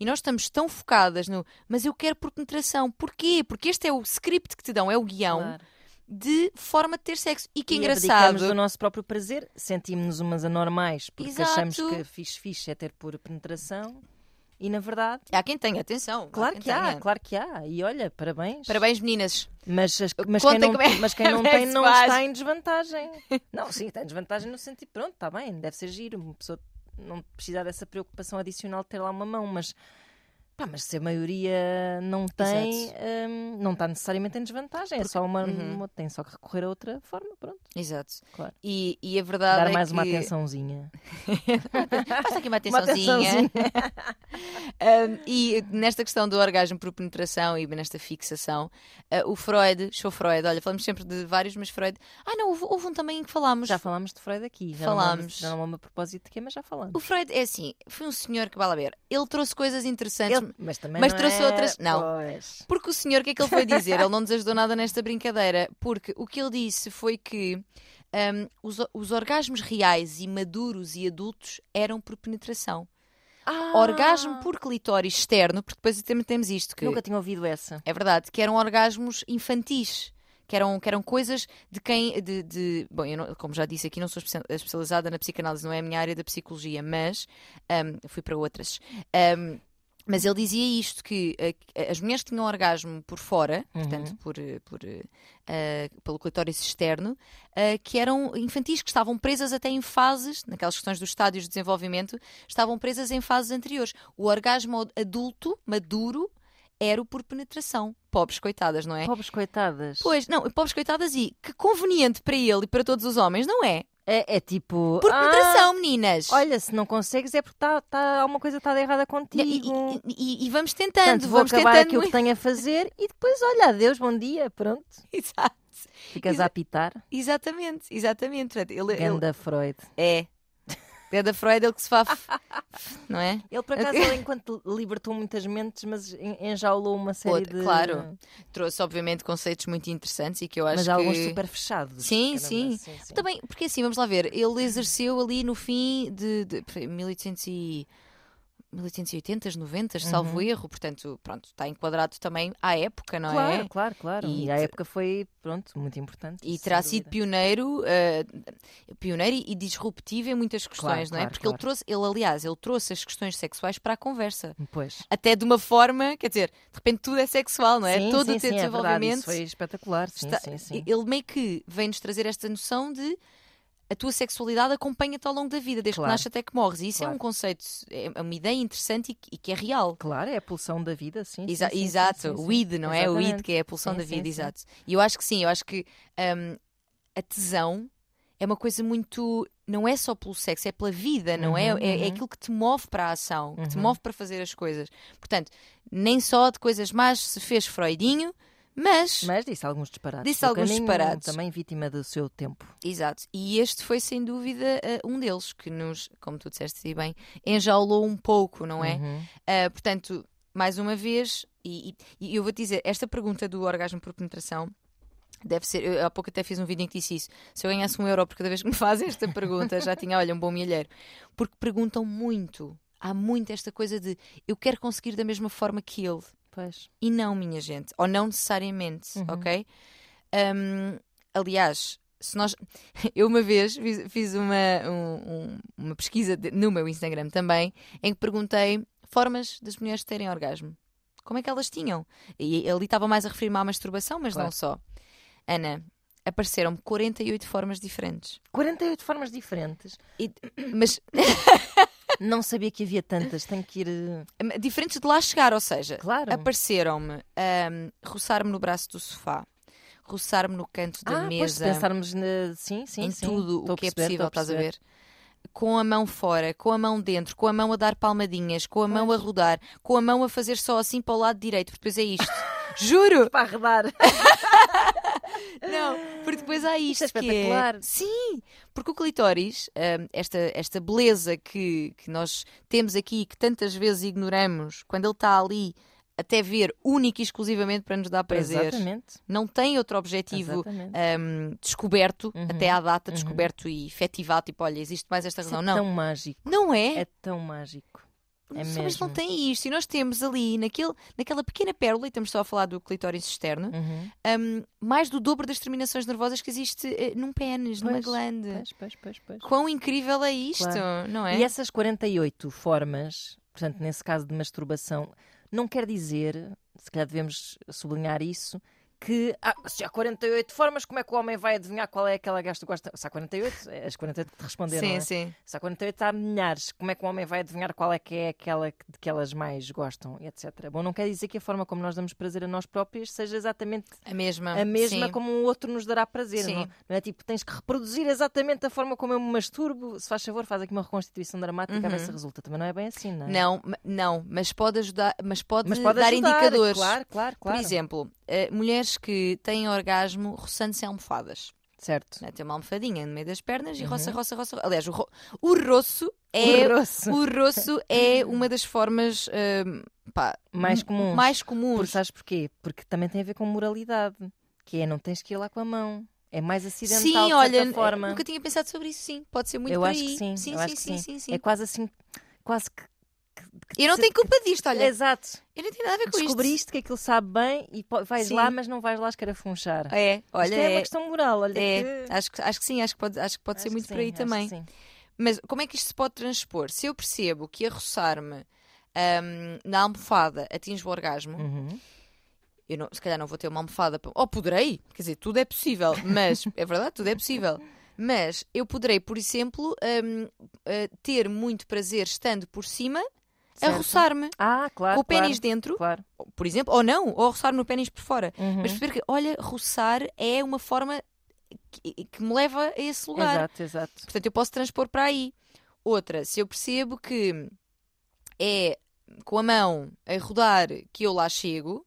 B: E nós estamos tão focadas no, mas eu quero por penetração. Porquê? Porque este é o script que te dão, é o guião
A: Claro.
B: de forma de ter sexo. E que
A: E abdicamos
B: engraçado.
A: do nosso próprio prazer, sentimos-nos umas anormais, porque
B: Exato.
A: achamos que fixe, fixe é ter pura penetração. E na verdade,
B: Há quem tenha, atenção.
A: claro
B: quem
A: que há,
B: tenha.
A: claro que há. E olha, parabéns.
B: Parabéns, meninas.
A: Mas, as- mas quem
B: Contem
A: não,
B: como é-
A: mas quem não
B: como é que
A: tem
B: se
A: não
B: faz.
A: está em desvantagem. Não, sim, está em desvantagem no sentido, pronto, tá está bem, deve ser giro, uma pessoa não precisar dessa preocupação adicional de ter lá uma mão, mas Pá, mas se a maioria não tem, hum, não está necessariamente em desvantagem. É só uma,
B: Uhum.
A: uma- Tem só que recorrer a outra forma, pronto.
B: Exato.
A: Claro.
B: E, e a verdade
A: Dar
B: é
A: mais
B: que...
A: uma atençãozinha.
B: Passa aqui uma
A: Uma
B: atençãozinha. Um, e nesta questão do orgasmo por penetração e nesta fixação, uh, o Freud, show Freud, olha, falamos sempre de vários, mas Freud. Ah, não, houve, houve um também em que falámos.
A: Já falámos de Freud aqui. Já Não, lembro-
B: Falámos.
A: já não lembro a propósito de quê, mas já falámos.
B: O Freud é assim, foi um senhor que, bala ver, ele trouxe coisas interessantes.
A: Ele- mas também
B: mas
A: não
B: trouxe
A: é-
B: outras- não.
A: Pois.
B: Porque o senhor, o que é que ele foi dizer? Ele não nos ajudou nada nesta brincadeira. Porque o que ele disse foi que hum, os, o- os orgasmos reais e maduros e adultos eram por penetração. Ah! Orgasmo por clitóris externo, porque depois também temos isto que
A: Ah. Nunca tinha ouvido essa.
B: é verdade, que eram orgasmos infantis. Que eram, que eram coisas de quem. De, de- bom, eu não- como já disse aqui, não sou especia- especializada na psicanálise, não é a minha área da psicologia, mas hum, fui para outras. Hum, mas ele dizia isto: que eh, que as mulheres que tinham orgasmo por fora,
A: Uhum.
B: portanto, por, eh, por, eh, eh, pelo clitóris externo, eh, que eram infantis, que estavam presas até em fases, naquelas questões dos estádios de desenvolvimento, estavam presas em fases anteriores. O orgasmo adulto, maduro, era o por penetração. Pobres coitadas, não é?
A: Pobres coitadas.
B: Pois, não, pobres coitadas e que conveniente para ele e para todos os homens, não é?
A: É, é tipo.
B: Por
A: ah,
B: penetração, meninas!
A: Olha, se não consegues é porque tá, tá, alguma coisa está errada
B: E,
A: contigo.
B: e- e- e vamos tentando,
A: Portanto, vou
B: vamos
A: acabar
B: tentando.
A: aquilo que tenho a fazer e depois, olha, adeus, bom dia, pronto.
B: Exa-
A: Ficas a apitar.
B: Exatamente, exatamente. Portanto, Ele, ele-
A: Ganda Freud.
B: é. É da Freud ele que se faz, não é?
A: Ele, por acaso, ele, enquanto libertou muitas mentes, mas en- enjaulou uma série
B: Outra,
A: de.
B: claro. Trouxe, obviamente, conceitos muito interessantes e que eu acho
A: Mas
B: que.
A: há alguns super fechados.
B: Sim,
A: caramba,
B: sim.
A: sim. Então,
B: Também, porque assim, vamos lá ver, ele exerceu ali no fim de, de de 1800 e- 1880, 90, salvo
A: Uhum.
B: erro, portanto, pronto, está enquadrado também à época, não
A: claro,
B: é?
A: claro, claro. E,
B: E
A: a
B: te-
A: época foi, pronto, muito importante.
B: E
A: sem
B: terá sido
A: dúvida.
B: pioneiro, eh, pioneiro e disruptivo em muitas questões, não é?
A: claro,
B: Porque
A: claro.
B: ele trouxe, ele aliás, ele trouxe as questões sexuais para a conversa.
A: Pois.
B: Até de uma forma, quer dizer, de repente tudo é sexual, não é?
A: Sim,
B: Todo
A: sim,
B: o teu
A: sim, é verdade,
B: desenvolvimento.
A: isso foi espetacular. Sim,
B: Está-
A: sim, sim.
B: Ele meio que vem-nos trazer esta noção de a tua sexualidade acompanha-te ao longo da vida, desde
A: Claro.
B: que nasces até que morres. E isso é
A: Claro.
B: um conceito, é uma ideia interessante e que, e que é real.
A: Claro, é a pulsão da vida, sim. sim,
B: Exa-
A: sim, sim,
B: exato,
A: sim, sim.
B: o id, não é? O id,
A: Exatamente.
B: que é a pulsão
A: Sim,
B: da
A: sim,
B: vida,
A: sim.
B: exato. E eu acho que sim, eu acho que hum, a tesão é uma coisa muito. Não é só pelo sexo, é pela vida, não é?
A: Uhum,
B: É, é
A: uhum.
B: aquilo que te move para a ação, que te
A: Uhum.
B: move para fazer as coisas. Portanto, nem só de coisas más se fez Freudinho, mas.
A: Mas disse alguns disparates.
B: Disse
A: do
B: alguns
A: caminho,
B: disparates.
A: Também vítima do seu tempo.
B: Exato. E este foi sem dúvida eh, um deles que nos, como tu disseste e bem, enjaulou um pouco, não é?
A: Uhum.
B: Eh, portanto, mais uma vez, e, e- e eu vou te dizer, esta pergunta do orgasmo por penetração deve ser. Eu há pouco até fiz um vídeo em que disse isso. Se eu ganhasse um euro por cada vez que me fazem esta pergunta, já tinha, olha, um bom milheiro. Porque perguntam muito. Há muito esta coisa de eu quero conseguir da mesma forma que ele.
A: Pois.
B: E não, minha gente. Ou não necessariamente,
A: Uhum.
B: ok? Hum, aliás, se nós. Eu uma vez fiz, fiz uma, um- um- uma pesquisa de- no meu Instagram também, em que perguntei formas das mulheres terem orgasmo. Como é que elas tinham? E ali estava mais a referir-me à masturbação, mas
A: Claro.
B: não só. Ana, apareceram-me 48 formas diferentes.
A: 48 formas diferentes.
B: Mas
A: Não sabia que havia tantas. Tenho que ir. eh,
B: diferentes de lá chegar, ou seja,
A: Claro.
B: apareceram-me hum, roçar-me no braço do sofá, roçar-me no canto da
A: ah, pois, se
B: mesa.
A: pensarmos na... sim, sim,
B: em
A: sim.
B: tudo
A: Estou
B: o
A: a
B: que é
A: perceber,
B: possível,
A: estou
B: estás a
A: perceber.
B: ver? Com a mão fora, com a mão dentro, com a mão a dar palmadinhas, com a mão a rodar, com a mão a fazer só assim para o lado direito, porque depois é isto. Juro!
A: Para arredar.
B: Não, porque depois há isto.
A: é
B: que
A: espetacular.
B: Sim, porque o clitóris, hum, esta, esta beleza que, que nós temos aqui e que tantas vezes ignoramos, quando ele está ali, até ver única e exclusivamente para nos dar
A: é.
B: prazer,
A: Exatamente.
B: não tem outro objetivo
A: Exatamente.
B: hum, descoberto,
A: Uhum,
B: até à data
A: uhum.
B: descoberto e efetivado, tipo, olha, existe mais esta
A: Isso
B: razão.
A: é
B: Não,
A: tão mágico.
B: não é.
A: É tão mágico. é
B: Os homens não
A: mesmo.
B: têm isto. E nós temos ali, naquele, naquela pequena pérola, e estamos só a falar do clitóris externo,
A: Uhum.
B: hum, mais do dobro das terminações nervosas que existe eh, num pênis, numa
A: Pois,
B: glande.
A: Pois, pois, pois, pois.
B: Quão incrível é isto, não é?
A: E essas 48 formas, portanto, nesse caso de masturbação, não quer dizer, se calhar devemos sublinhar isso, que ah, se há 48 formas, como é que o homem vai adivinhar qual é aquela gaja que tu gosta? Se há 48, é as 48 que te responderam.
B: Sim,
A: não é?
B: sim.
A: Se há 48 há milhares, como é que o homem vai adivinhar qual é que é aquela que- de que elas mais gostam, e etc. Bom, não quer dizer que a forma como nós damos prazer a nós próprios seja exatamente
B: A mesma.
A: a mesma
B: sim.
A: como o outro nos dará prazer,
B: Sim.
A: não, não é? Tipo, tens que reproduzir exatamente a forma como eu me masturbo. Se faz favor, faz aqui uma reconstituição dramática a ver se resulta. Também não é bem assim, não é?
B: Uhum. Não, ma- não, mas pode ajudar, mas pode,
A: Mas pode
B: dar
A: ajudar,
B: indicadores.
A: Claro, claro, claro.
B: Por exemplo, eh, mulheres que têm orgasmo roçando-se a almofadas.
A: Certo.
B: Né? Tem uma almofadinha no meio das pernas e roça, roça, roça. Aliás, o, ro o roço é.
A: Uhum. O roço.
B: o roço é uma das formas eh, pá,
A: Mais
B: m-
A: comuns.
B: mais
A: Porque
B: comuns.
A: sabes porquê? Porque também tem a ver com moralidade. Que é, não tens que ir lá com a mão. É mais acidental, de
B: sim,
A: certa
B: olha, é um
A: forma.
B: nunca tinha pensado sobre isso, sim. Pode ser muito
A: Eu
B: por
A: acho que
B: aí.
A: sim,
B: sim,
A: eu
B: sim,
A: acho que
B: sim,
A: sim.
B: sim, sim.
A: É quase assim, quase que...
B: Eu não tenho culpa disto, olha. é
A: Exato.
B: Eu não tenho nada a ver com isto.
A: Descobriste que aquilo sabe bem e po- vais
B: Sim.
A: lá, mas não vais lá escarafunchar.
B: É, olha,
A: Isto é, uma
B: é,
A: questão moral, olha
B: é.
A: que...
B: Acho, que, acho que sim, acho que pode, acho que pode ser
A: Acho
B: muito
A: que
B: por aí
A: sim, acho que
B: também.
A: sim.
B: Mas como é que isto se pode transpor? Se eu percebo que a roçar-me ahm, na almofada atinge o orgasmo,
A: Uhum.
B: eu não- se calhar não vou ter uma almofada. Para... Ou poderei, quer dizer, tudo é possível, mas é verdade, tudo é possível. Mas eu poderei, por exemplo, ahm, ah, ter muito prazer estando por cima a
A: Certo.
B: roçar-me.
A: É Ah, claro.
B: É com o
A: claro,
B: pênis dentro,
A: Claro.
B: por exemplo, ou não, ou a roçar-me o pênis por fora.
A: Uhum.
B: Mas perceber que, olha, roçar é uma forma que, que me leva a esse lugar.
A: Exato, exato.
B: Portanto, eu posso transpor para aí. Outra, se eu percebo que é com a mão a rodar que eu lá chego,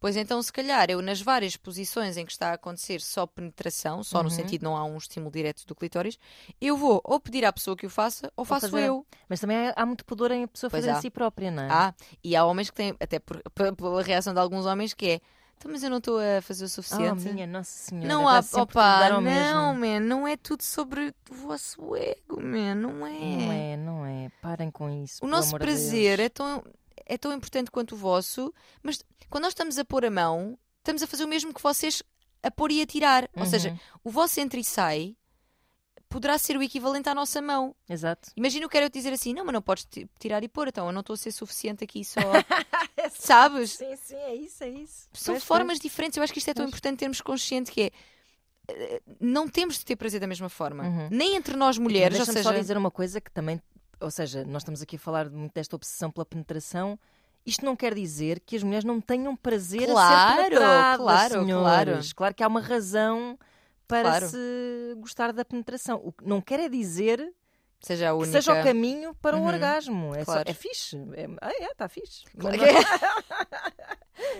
B: pois então, se calhar, eu nas várias posições em que está a acontecer só penetração, só no
A: Uhum.
B: sentido não há um estímulo direto do clitóris, eu vou ou pedir à pessoa que o faça ou faço
A: fazer.
B: eu.
A: Mas também há- há muito pudor em a pessoa
B: Pois
A: fazer a
B: há.
A: si própria, não é?
B: Ah, e há homens que têm, até por- p- pela reação de alguns homens, que é: "Então, mas eu não estou a fazer o
A: Oh,
B: suficiente.
A: minha Nossa Senhora.
B: Não
A: dá
B: há,
A: sempre tudo
B: opa,
A: dar ao
B: não,
A: mesmo.
B: man, não é tudo sobre o vosso ego, man, não é.
A: Não é, não é. Parem com isso.
B: O
A: pelo
B: nosso
A: amor de
B: prazer
A: Deus.
B: é tão, é tão importante quanto o vosso, mas quando nós estamos a pôr a mão, estamos a fazer o mesmo que vocês a pôr e a tirar. Ou
A: Uhum,
B: seja, o vosso entra e sai poderá ser o equivalente à nossa mão.
A: Exato.
B: Imagina eu quero dizer assim, não, mas não podes ti- tirar e pôr, então eu não estou a ser suficiente aqui só. Sabes?
A: Sim, sim, é isso, é isso.
B: São
A: Pois,
B: formas diferentes. Eu acho que isto é tão
A: Pois.
B: importante termos consciente que é. eh, Não temos de ter prazer da mesma forma.
A: Uhum.
B: Nem entre nós
A: pois.
B: mulheres, ou
A: Deixa-me só
B: seja.
A: dizer uma coisa que também. Ou seja, nós estamos aqui a falar de muito desta obsessão pela penetração. Isto não quer dizer que as mulheres não tenham prazer a
B: Claro,
A: ser penetradas,
B: claro,
A: senhores. Claro que há uma razão para
B: Claro.
A: se gostar da penetração. O que não quer é dizer
B: Seja a
A: que
B: única.
A: seja o caminho para um
B: Uhum,
A: orgasmo. É, só-
B: claro.
A: é fixe. É, ah, é, está fixe.
B: Claro.
A: Mas não-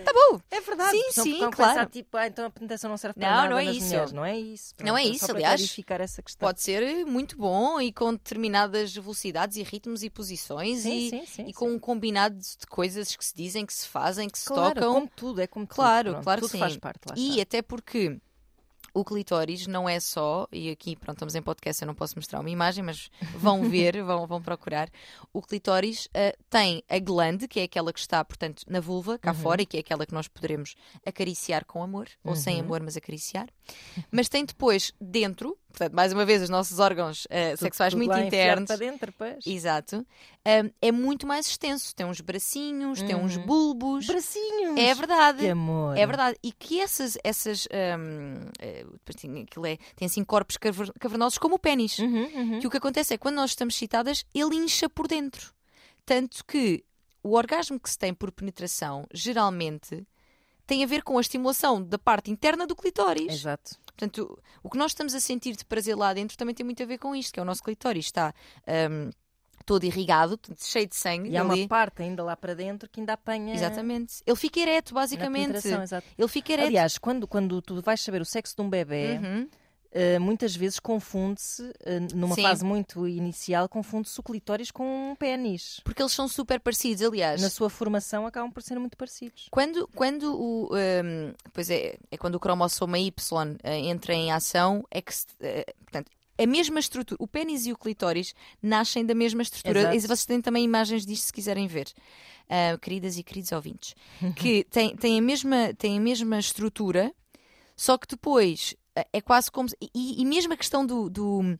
B: Tá bom!
A: É verdade.
B: Sim,
A: Só
B: sim,
A: porque vão
B: claro.
A: pensar, tipo, ah, então a penetração não serve para
B: Não,
A: nada
B: não é
A: nas
B: isso.
A: mulheres. Não é isso.
B: Não é
A: Pronto,
B: isso,
A: só para
B: aliás,
A: clarificar essa questão.
B: Pode ser eh, muito bom e com determinadas velocidades e ritmos e posições
A: Sim,
B: e,
A: sim, sim.
B: e com um combinado de coisas que se dizem, que se fazem, que se
A: sim. Claro,
B: tocam.
A: como tudo, é como tudo.
B: Claro,
A: Pronto,
B: claro que
A: tudo
B: sim.
A: faz parte. Lá
B: E
A: está.
B: até porque o clitóris não é só, e aqui pronto, estamos em podcast, eu não posso mostrar uma imagem, mas vão ver, vão, vão procurar. O clitóris ah, tem a glande, que é aquela que está, portanto, na vulva, cá
A: Uhum.
B: fora, e que é aquela que nós poderemos acariciar com amor, ou sem
A: Uhum.
B: amor, mas acariciar. Mas tem depois dentro, portanto, mais uma vez, os nossos órgãos ah,
A: Tudo-
B: sexuais
A: tudo
B: muito
A: lá enfiado
B: internos.
A: para dentro, pois.
B: Exato. ah, é muito mais extenso. Tem uns bracinhos, tem uns
A: Uhum.
B: bulbos.
A: Bracinhos.
B: É verdade.
A: Que amor.
B: É verdade. E que essas. essas hum, eh, depois tem, aquilo é- tem assim corpos caver- cavernosos como o pênis.
A: Uhum, uhum.
B: Que o que acontece é que quando nós estamos excitadas, ele incha por dentro. Tanto que o orgasmo que se tem por penetração, geralmente, tem a ver com a estimulação da parte interna do clitóris.
A: Exato.
B: Portanto, o que nós estamos a sentir de prazer lá dentro também tem muito a ver com isto, que é o nosso clitóris está hum, todo irrigado, portanto, cheio de sangue.
A: E há
B: ali.
A: uma parte ainda lá para dentro que ainda apanha.
B: Exatamente. Ele fica ereto,
A: na
B: basicamente.
A: penetração, exato.
B: Ele fica ereto.
A: Aliás, quando, quando tu vais saber o sexo de um bebê,
B: Uhum.
A: Uh, muitas vezes confunde-se, uh, numa
B: Sim.
A: fase muito inicial, confunde-se o clitóris com um pênis.
B: Porque eles são super parecidos, aliás.
A: Na sua formação acabam por ser muito parecidos.
B: Quando, quando o. hum, pois é, é quando o cromossoma Y eh, entra em ação, é que se, eh, portanto, a mesma estrutura, o pênis e o clitóris nascem da mesma estrutura.
A: Exato.
B: E vocês têm também imagens disto se quiserem ver, Ah, queridas e queridos ouvintes, que têm têm a, mesma, têm a mesma estrutura, só que depois eh, é quase como. se- E, e mesmo a questão do, do,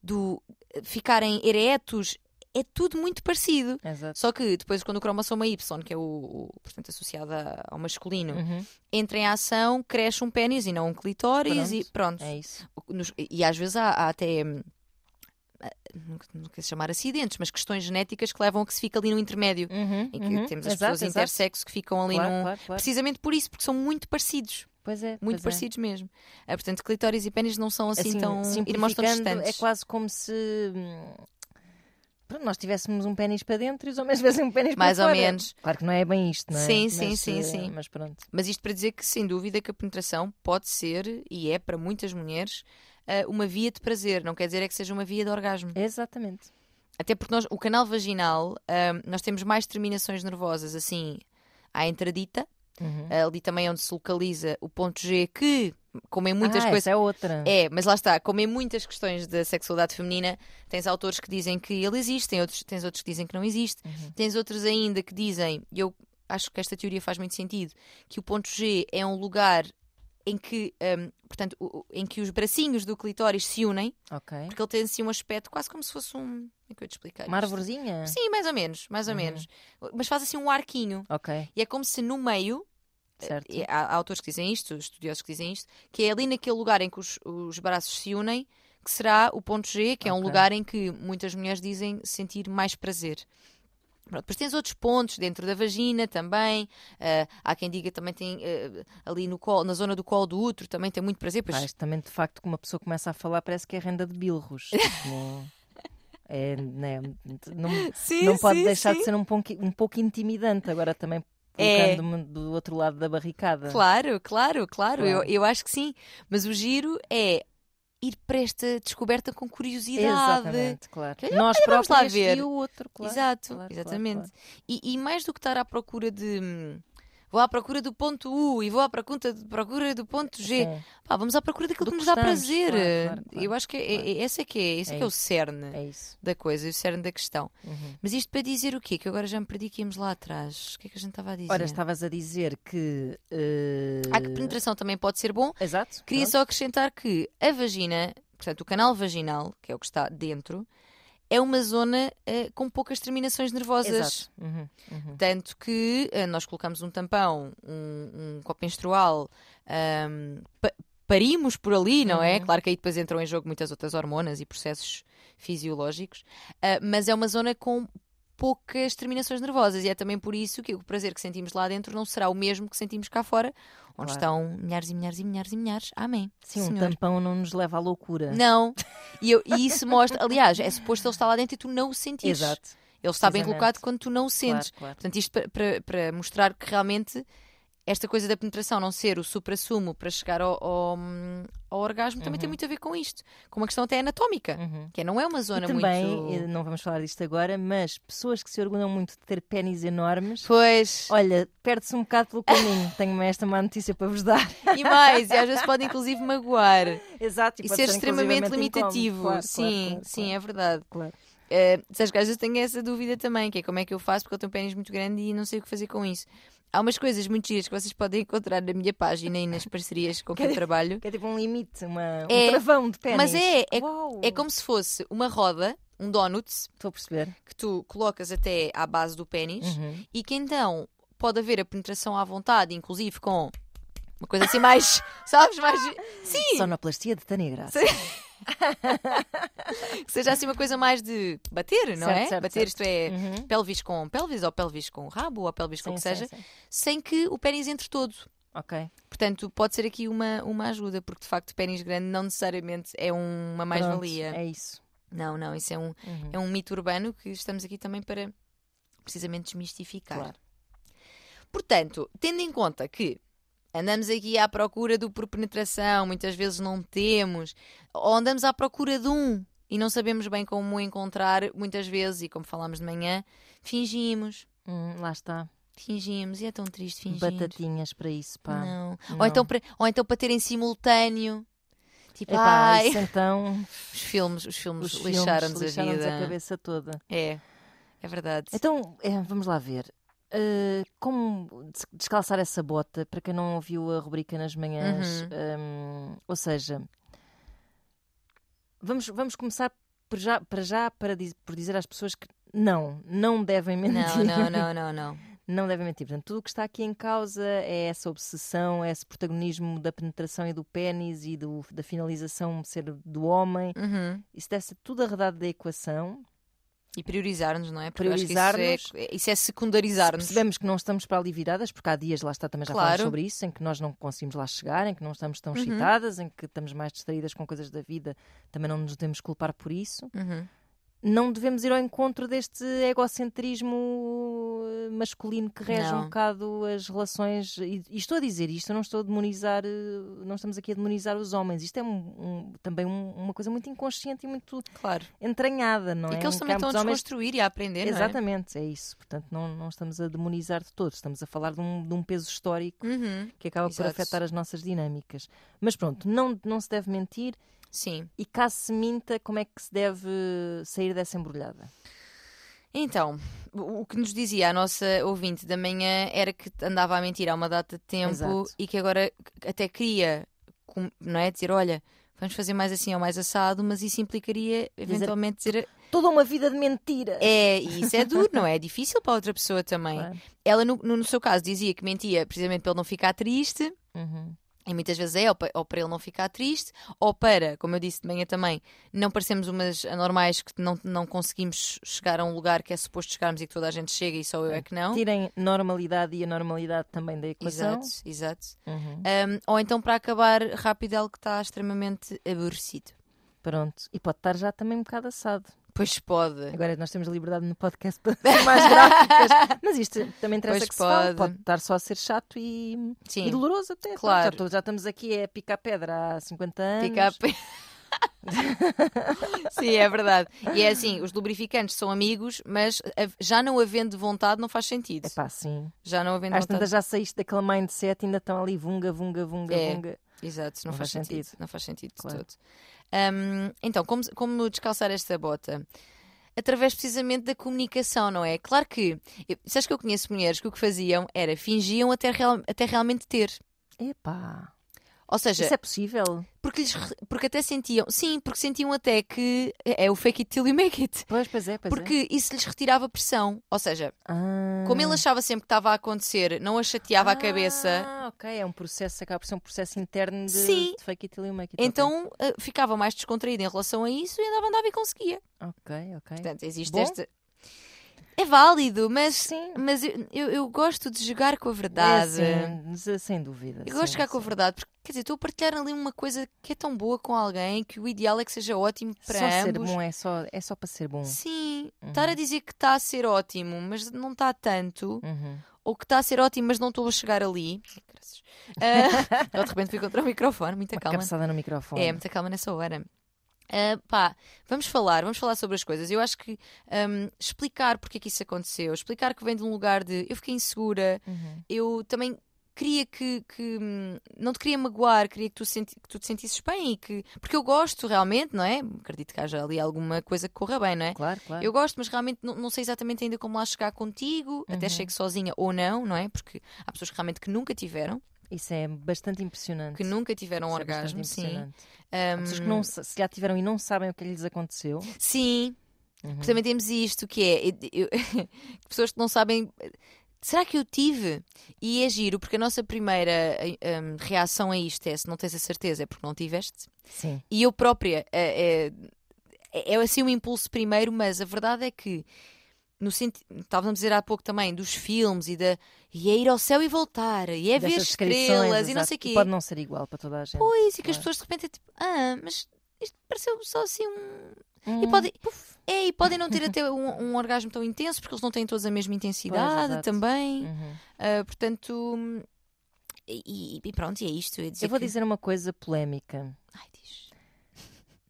B: do, eh, ficarem eretos é tudo muito parecido.
A: Exato.
B: Só que depois, quando o cromossoma Y, que é o, o, portanto, associado a- ao masculino,
A: Uhum.
B: entra em ação, cresce um pênis e não um clitóris e pronto.
A: É isso.
B: Nos- e às vezes há, há até. hum, ah, Não não quero chamar acidentes, mas questões genéticas que levam a que se fica ali no intermédio,
A: Uhum,
B: em que
A: uhum.
B: temos as
A: Exato,
B: pessoas
A: exato.
B: intersexo que ficam ali
A: Claro,
B: num.
A: claro, claro.
B: Precisamente por isso, porque são muito parecidos,
A: Pois é.
B: muito
A: pois é.
B: parecidos mesmo. Ah, portanto, clitóris e pênis não são assim, tão irmãos tão
A: simplificando,
B: distantes.
A: É quase como se hum, pronto, nós tivéssemos um pênis para dentro e os homens tivessem um pênis para
B: Mais ou
A: fora.
B: menos.
A: Claro que não é bem isto, não é?
B: Sim, sim,
A: Mas,
B: sim,
A: eh,
B: sim.
A: Mas pronto.
B: Mas isto para dizer que, sem dúvida, que a penetração pode ser, e é para muitas mulheres, ah, uma via de prazer. Não quer dizer é que seja uma via de orgasmo.
A: Exatamente.
B: Até porque nós, o canal vaginal, ahm, nós temos mais terminações nervosas assim à entradita.
A: Uhum.
B: Ali também é onde se localiza o ponto G, que, como em muitas
A: Ah,
B: coisas.
A: essa é outra.
B: É, mas lá está, como em muitas questões da sexualidade feminina, tens autores que dizem que ele existe, tem outros, tens outros que dizem que não existe,
A: Uhum.
B: tens outros ainda que dizem, e eu acho que esta teoria faz muito sentido, que o ponto G é um lugar em que, ahm, portanto, o- o- em que os bracinhos do clitóris se unem,
A: Ok.
B: porque ele tem assim um aspecto quase como se fosse um. Como é que eu ia te explicar?
A: Uma
B: isto?
A: arvorezinha?
B: Sim, mais ou menos, mais ou
A: Uhum.
B: menos. Mas faz assim um arquinho.
A: Ok,
B: E é como se no meio,
A: certo.
B: e há, há autores que dizem isto, estudiosos que dizem isto, que é ali naquele lugar em que os, os braços se unem, que será o ponto G, que é um
A: Ok.
B: lugar em que muitas mulheres dizem sentir mais prazer. Pronto, depois tens outros pontos dentro da vagina também. ah, há quem diga também tem ah, ali no colo, na zona do colo do útero também tem muito prazer. Pois,
A: Pá, Ah, isto também, de facto, que uma pessoa começa a falar, parece que é renda de bilros. Não- é, né, não,
B: sim,
A: não pode deixar de ser um pouco, um pouco intimidante. Agora também
B: É.
A: colocando-me do outro lado da barricada.
B: Claro, claro, claro. Eu,
A: Claro.
B: eu acho que sim. Mas o giro é ir para esta descoberta com curiosidade.
A: Exatamente, claro.
B: Olha,
A: Nós
B: vamos lá
A: próprios
B: ver.
A: e o outro, claro.
B: Exato,
A: claro,
B: exatamente.
A: claro,
B: E, e mais do que estar à procura de. hum, Vou à procura do ponto U e vou à procura, procura do ponto G.
A: claro.
B: Pá, vamos à procura daquilo
A: Do
B: que nos
A: que
B: dá
A: gostamos,
B: prazer.
A: claro, claro, claro,
B: eu acho que é,
A: claro.
B: é- esse é que é, esse é
A: É
B: que é o
A: isso.
B: cerne
A: É, é isso.
B: da coisa, e o cerne da questão.
A: Uhum.
B: Mas isto para dizer o quê? Que eu agora já me perdi que íamos lá atrás. O que é que a gente estava a dizer?
A: Ora, estavas a dizer que. eh,
B: Há que penetração também pode ser bom,
A: Exato.
B: Queria
A: pronto.
B: só acrescentar que a vagina, portanto, o canal vaginal, que é o que está dentro, é uma zona eh, com poucas terminações nervosas.
A: Exato. Uhum, uhum.
B: Tanto que eh, nós colocamos um tampão, um, um copo menstrual, ahm, pa- parimos por ali, não é?
A: Uhum.
B: Claro que aí depois entram em jogo muitas outras hormonas e processos fisiológicos, ah, mas é uma zona com poucas terminações nervosas e é também por isso que o prazer que sentimos lá dentro não será o mesmo que sentimos cá fora, onde
A: Claro.
B: estão milhares e milhares e milhares e milhares. Amém.
A: Sim, um
B: Senhor.
A: tampão não nos leva à loucura.
B: Não. E, eu- e isso mostra, aliás, é suposto ele estar lá dentro e tu não o sentires.
A: Exato.
B: Ele está bem
A: precisamente.
B: colocado quando tu não o sentes.
A: Claro, claro.
B: Portanto, isto pa- para, para mostrar que realmente esta coisa da penetração não ser o supra-sumo para chegar ao, ao, ao orgasmo também tem muito a ver com isto. Com uma questão até anatómica,
A: Uhum.
B: que é, não é uma
A: E
B: zona
A: também, eh,
B: muito.
A: não vamos falar disto agora, mas pessoas que se orgulham muito de ter pênis enormes,
B: Pois,
A: olha, perde-se um bocado pelo caminho. Tenho esta má notícia para vos dar.
B: e mais, e às vezes pode inclusive magoar
A: Exato.
B: e ser extremamente limitativo. sim, sim, é verdade.
A: Claro.
B: Uh, sabes que às vezes tenho essa dúvida também, que é como é que eu faço porque eu tenho um pênis muito grande e não sei o que fazer com isso. Há umas coisas muito giras que vocês podem encontrar na minha página e nas parcerias com quem eu trabalho.
A: Que é tipo um limite, uma,
B: É,
A: um travão de pênis.
B: mas é- é-
A: Uau!
B: É como se fosse uma roda, um donut,
A: Estou a perceber.
B: que tu colocas até à base do pênis
A: Uhum.
B: e que então pode haver a penetração à vontade, inclusive com uma coisa assim mais, sabes, mais sim,
A: Sonoplastia de Tânia Graça.
B: que seja assim uma coisa mais de bater, não
A: Certo,
B: é?
A: certo,
B: bater, isto é,
A: Uhum.
B: pelvis com pelvis ou pelvis com rabo ou pelvis com o
A: Sim,
B: que seja,
A: sim, sim.
B: sem que o pênis entre todo.
A: Ok.
B: Portanto, pode ser aqui uma, uma ajuda, porque de facto pênis grande não necessariamente é uma mais-valia.
A: Pronto, É isso.
B: Não, não, isso é um,
A: Uhum.
B: é um mito urbano que estamos aqui também para precisamente desmistificar.
A: Claro.
B: Portanto, tendo em conta que andamos aqui à procura do por penetração, muitas vezes não temos, ou andamos à procura de um e não sabemos bem como o encontrar, muitas vezes, e como falámos de manhã, fingimos,
A: Hum, lá está.
B: fingimos, e é tão triste fingir.
A: Batatinhas para isso, pá.
B: Não. Ou,
A: Não.
B: então para, ou então para ter em simultâneo. Tipo,
A: Epá,
B: ai,
A: isso então,
B: os filmes, os filmes
A: os filmes
B: lixaram-nos a
A: lixaram-nos
B: vida.
A: a cabeça toda.
B: É, é verdade.
A: Então, é, vamos lá ver. Uh, como des- descalçar essa bota, para quem não ouviu a rubrica nas manhãs, um, ou seja, vamos, vamos começar por já, para já para diz- por dizer às pessoas que Não, não devem
B: Não,
A: mentir.
B: não, não, não, não.
A: Não devem mentir. Portanto, tudo o que está aqui em causa é essa obsessão, é esse protagonismo da penetração e do pênis e do- da finalização ser do homem.
B: Uhum.
A: Isso deve ser tudo arredado da equação.
B: E priorizar-nos, não é? Porque eu acho que isso
A: Priorizar-nos.
B: é, isso é
A: Se
B: secundarizar-nos.
A: percebemos que não estamos para ali viradas, porque há dias lá está também já
B: Claro.
A: falamos sobre isso, em que nós não conseguimos lá chegar, em que não estamos tão excitadas, em que estamos mais distraídas com coisas da vida, também não nos devemos culpar por isso.
B: Uhum.
A: Não devemos ir ao encontro deste egocentrismo eh, masculino que rege
B: Não.
A: um bocado as relações. E, e estou a dizer isto, eu não estou a demonizar, eh, não estamos aqui a demonizar os homens. Isto é um- um- também um- uma coisa muito inconsciente e muito
B: Claro.
A: entranhada, não é?
B: e que eles
A: Em
B: também
A: que há
B: estão a
A: muitos homens
B: desconstruir e a aprender,
A: Exatamente, é? isso. Portanto, não, não estamos a demonizar de todo, estamos a falar de um, de um peso histórico
B: não é? Uhum.
A: que acaba por
B: Exato.
A: afetar as nossas dinâmicas. Mas pronto, não, não se deve mentir
B: Sim.
A: e caso se minta, como é que se deve sair dessa embrulhada?
B: Então, o o que nos dizia a nossa ouvinte da manhã era que andava a mentir há uma data de tempo
A: Exato.
B: e que agora até queria, com- não é? Dizer, olha, vamos fazer mais assim ou mais assado, mas isso implicaria eventualmente dizer.
A: Toda uma vida de mentira!
B: É, e isso é duro, não é? É difícil para outra pessoa também.
A: Claro.
B: Ela, no, no seu caso, dizia que mentia precisamente para ele não ficar triste.
A: Uhum.
B: E muitas vezes é ou pa- ou para, ele não ficar triste, ou para, como eu disse de manhã também, não parecemos umas anormais que não, não conseguimos chegar a um lugar que é suposto chegarmos e que toda a gente chega e só eu é que não.
A: Tirem normalidade e a normalidade também da equação.
B: Exato, exato.
A: Uhum.
B: Um, ou então para acabar rápido, ele que está extremamente aborrecido.
A: Pronto. E pode estar já também um bocado assado.
B: Pois pode.
A: Agora nós temos liberdade no podcast para ser mais gráficas. Mas isto também interessa
B: Pois
A: que se fale.
B: pode.
A: Pode estar só a ser chato e E
B: Sim.
A: doloroso até. Pronto,
B: Claro.
A: Já, estou- já estamos aqui a picar pedra há 50 anos.
B: Fica a pé. Sim, é verdade. E é assim, os lubrificantes são amigos, mas a- já não havendo vontade não faz sentido.
A: Epá, sim.
B: Já não havendo
A: Às
B: vontade.
A: tantas já saíste daquele mindset e ainda estão ali vunga, vunga, vunga,
B: É.
A: vunga.
B: Exato, não, faz, sentido. Não faz sentido de
A: Claro.
B: todo. Hum, então, como, como descalçar esta bota? Através precisamente da comunicação, não é? Claro que, eu, sabes que eu conheço mulheres que o que faziam era fingiam até, real- até realmente ter.
A: Epá,
B: Ou seja,
A: isso é possível?
B: porque, lhes re- porque até sentiam, sim, porque sentiam até que é o fake it till you make it.
A: Pois, pois é, pois é.
B: Porque isso lhes retirava pressão. Ou seja,
A: Ah.
B: como ele achava sempre que estava a acontecer, não a chateava a cabeça,
A: Ah, ok, é um processo, acaba por ser um processo interno de,
B: Sim.
A: de fake it till you make it.
B: então eh, ficava mais descontraído em relação a isso e andava, andava e conseguia.
A: Ok, ok. ok.
B: Portanto, existe
A: É. Bom?
B: esta. É válido, mas,
A: Sim.
B: mas eu, eu, eu gosto de jogar com a
A: É,
B: verdade.
A: sim, se- sem dúvida.
B: Eu gosto de
A: sim,
B: jogar com a
A: sim.
B: verdade, porque quer dizer, estou a partilhar ali uma coisa que é tão boa com alguém que o ideal é que seja ótimo para
A: Só ser
B: ambos.
A: bom Uhum. é só, é só para ser bom.
B: Sim, estar a dizer que está a ser ótimo, mas não está tanto,
A: Uhum.
B: ou que está a ser ótimo, mas não estou a chegar ali. Ai, graças. Ah, eu de repente fui contra o microfone, muita
A: Uma
B: calma.
A: cabeçada no microfone.
B: É, muita calma nessa hora. Ah, pá, vamos falar, vamos falar sobre as coisas. Eu acho que hum, explicar porque é que isso aconteceu, explicar que vem de um lugar de eu fiquei insegura,
A: Uhum.
B: eu também queria que, que, hum, não te queria magoar, queria que tu, senti- que tu te sentisses bem e que. Porque eu gosto realmente, não é? Acredito que haja ali alguma coisa que corra bem, não é?
A: Claro, claro.
B: Eu gosto, mas realmente não, não sei exatamente ainda como lá chegar contigo, até
A: Uhum.
B: chego sozinha ou não, não é? Porque há pessoas que realmente que nunca tiveram,
A: Isso é bastante impressionante.
B: que nunca tiveram
A: Isso é
B: orgasmo,
A: bastante
B: sim.
A: impressionante. Há pessoas que não, sa- se já tiveram e não sabem o que lhes aconteceu.
B: Sim,
A: Uhum.
B: Porque também temos isto que é eu- eu- pessoas que não sabem. Será que eu tive? E é giro, porque a nossa primeira eh, hum, reação a isto é se não tens a certeza, é porque não tiveste.
A: Sim.
B: E eu própria eh, eh, é, é assim um impulso primeiro, mas a verdade é que no senti- estávamos a dizer há pouco também dos filmes e da e é ir ao céu e voltar, e é ver
A: Dessas descrições,
B: estrelas e não
A: exato.
B: sei o quê.
A: Pode não ser igual para toda a gente.
B: Pois, e que as
A: claro.
B: pessoas de repente é tipo, ah, mas isto pareceu só assim um, e
A: Hum,
B: podem, é, e podem não ter até um, um orgasmo tão intenso porque eles não têm todos a mesma intensidade
A: exato.
B: também.
A: uhum.
B: Ah, portanto, hum, e, e pronto, e é isto. Eu, ia
A: Eu vou
B: que-
A: dizer uma coisa polémica.
B: Ai, diz.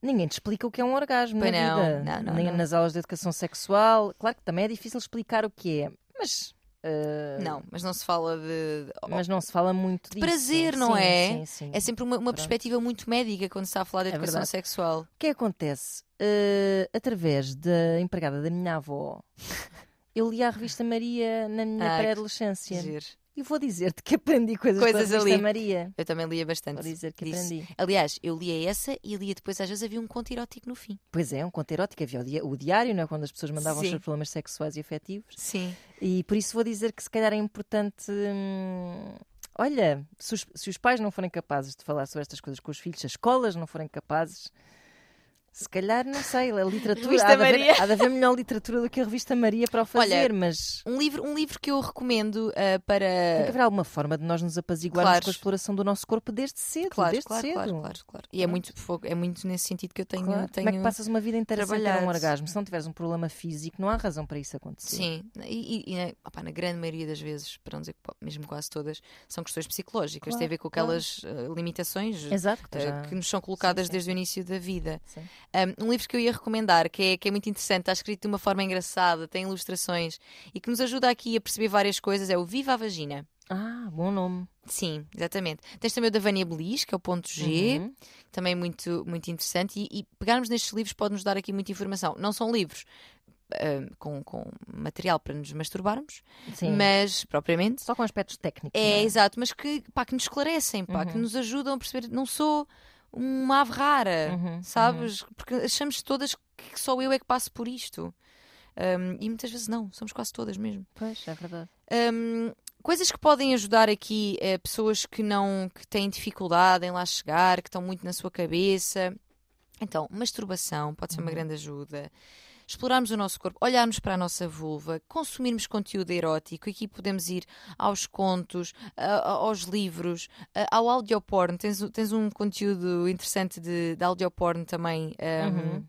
A: Ninguém te explica o que é um orgasmo
B: Pois não,
A: na vida.
B: não, não,
A: Nem
B: não.
A: nas aulas de educação sexual. Claro que também é difícil explicar o que é, mas, ah,
B: Não, mas não se fala de.
A: mas não se fala muito disso.
B: Oh, prazer, não
A: Sim,
B: é?
A: Sim, sim.
B: É sempre uma, uma
A: Pronto.
B: perspectiva muito médica quando se está a falar de
A: É
B: educação
A: verdade.
B: sexual.
A: O que é que acontece? Eh, através da empregada da minha avó, eu li a revista Maria na minha
B: Ah, que
A: pré-adolescência.
B: Giro.
A: E vou dizer-te que aprendi coisas,
B: Coisas
A: da revista
B: ali.
A: Maria.
B: Eu também lia bastante.
A: Vou dizer que
B: disso.
A: aprendi.
B: Aliás, eu lia essa e lia depois, às vezes havia um conto erótico no fim.
A: Pois é, um conto erótico. Havia o dia- o diário, não é? Quando as pessoas mandavam os
B: Sim.
A: seus problemas sexuais e afetivos.
B: Sim.
A: E por isso vou dizer que se calhar é importante. hum, olha, se os, se os pais não forem capazes de falar sobre estas coisas com os filhos, se as escolas não forem capazes, se calhar, não sei, a literatura.
B: Revista
A: Há de, haver,
B: Maria.
A: há de haver melhor literatura do que a revista Maria para o fazer, mas.
B: Um livro, um livro que eu recomendo ah,
A: Tem é que
B: para.
A: haver alguma forma de nós nos apaziguarmos
B: Claro.
A: com a exploração do nosso corpo desde cedo.
B: Claro,
A: desde
B: claro,
A: cedo.
B: claro, claro, claro. E é muito, fo- é muito nesse sentido que eu tenho.
A: Claro.
B: tenho...
A: Como é que passas uma vida inteira sem ter um
B: trabalhado.
A: orgasmo? Se não tiveres um problema físico, não há razão para isso acontecer.
B: Sim, e, e- e, eh, opá, na grande maioria das vezes, para não dizer que pá, mesmo quase todas, são questões psicológicas,
A: Claro,
B: têm a ver com
A: claro.
B: aquelas eh, limitações eh,
A: Exato, que tu já-
B: que nos são colocadas
A: sim.
B: desde o início da vida.
A: Sim.
B: Um, um livro que eu ia recomendar, que é, que é muito interessante, está escrito de uma forma engraçada, tem ilustrações e que nos ajuda aqui a perceber várias coisas, é o Viva a Vagina.
A: Ah, bom nome.
B: Sim, exatamente. Tens também o da Vânia Belis, que é o ponto G,
A: Uhum.
B: também muito, muito interessante. E, e pegarmos nestes livros pode-nos dar aqui muita informação. Não são livros ah, com, com material para nos masturbarmos,
A: Sim.
B: mas propriamente.
A: Só com aspectos técnicos.
B: É,
A: não Uhum.
B: exato, mas que, pá, que nos esclarecem, pá, que nos ajudam a perceber. Não sou uma ave rara,
A: Uhum,
B: sabes? Porque achamos todas que só eu é que passo por isto. Um, e muitas vezes não, somos quase todas mesmo.
A: Pois, é verdade.
B: Um, coisas que podem ajudar aqui eh, pessoas que não que têm dificuldade em lá chegar, que estão muito na sua cabeça. Então, masturbação pode ser uma grande ajuda. Explorarmos o nosso corpo, olharmos para a nossa vulva, consumirmos conteúdo erótico. Aqui podemos ir aos contos, a- a- aos livros, a- ao audioporno. Tens, o- tens um conteúdo interessante de, de audioporno também. um,
A: Uhum.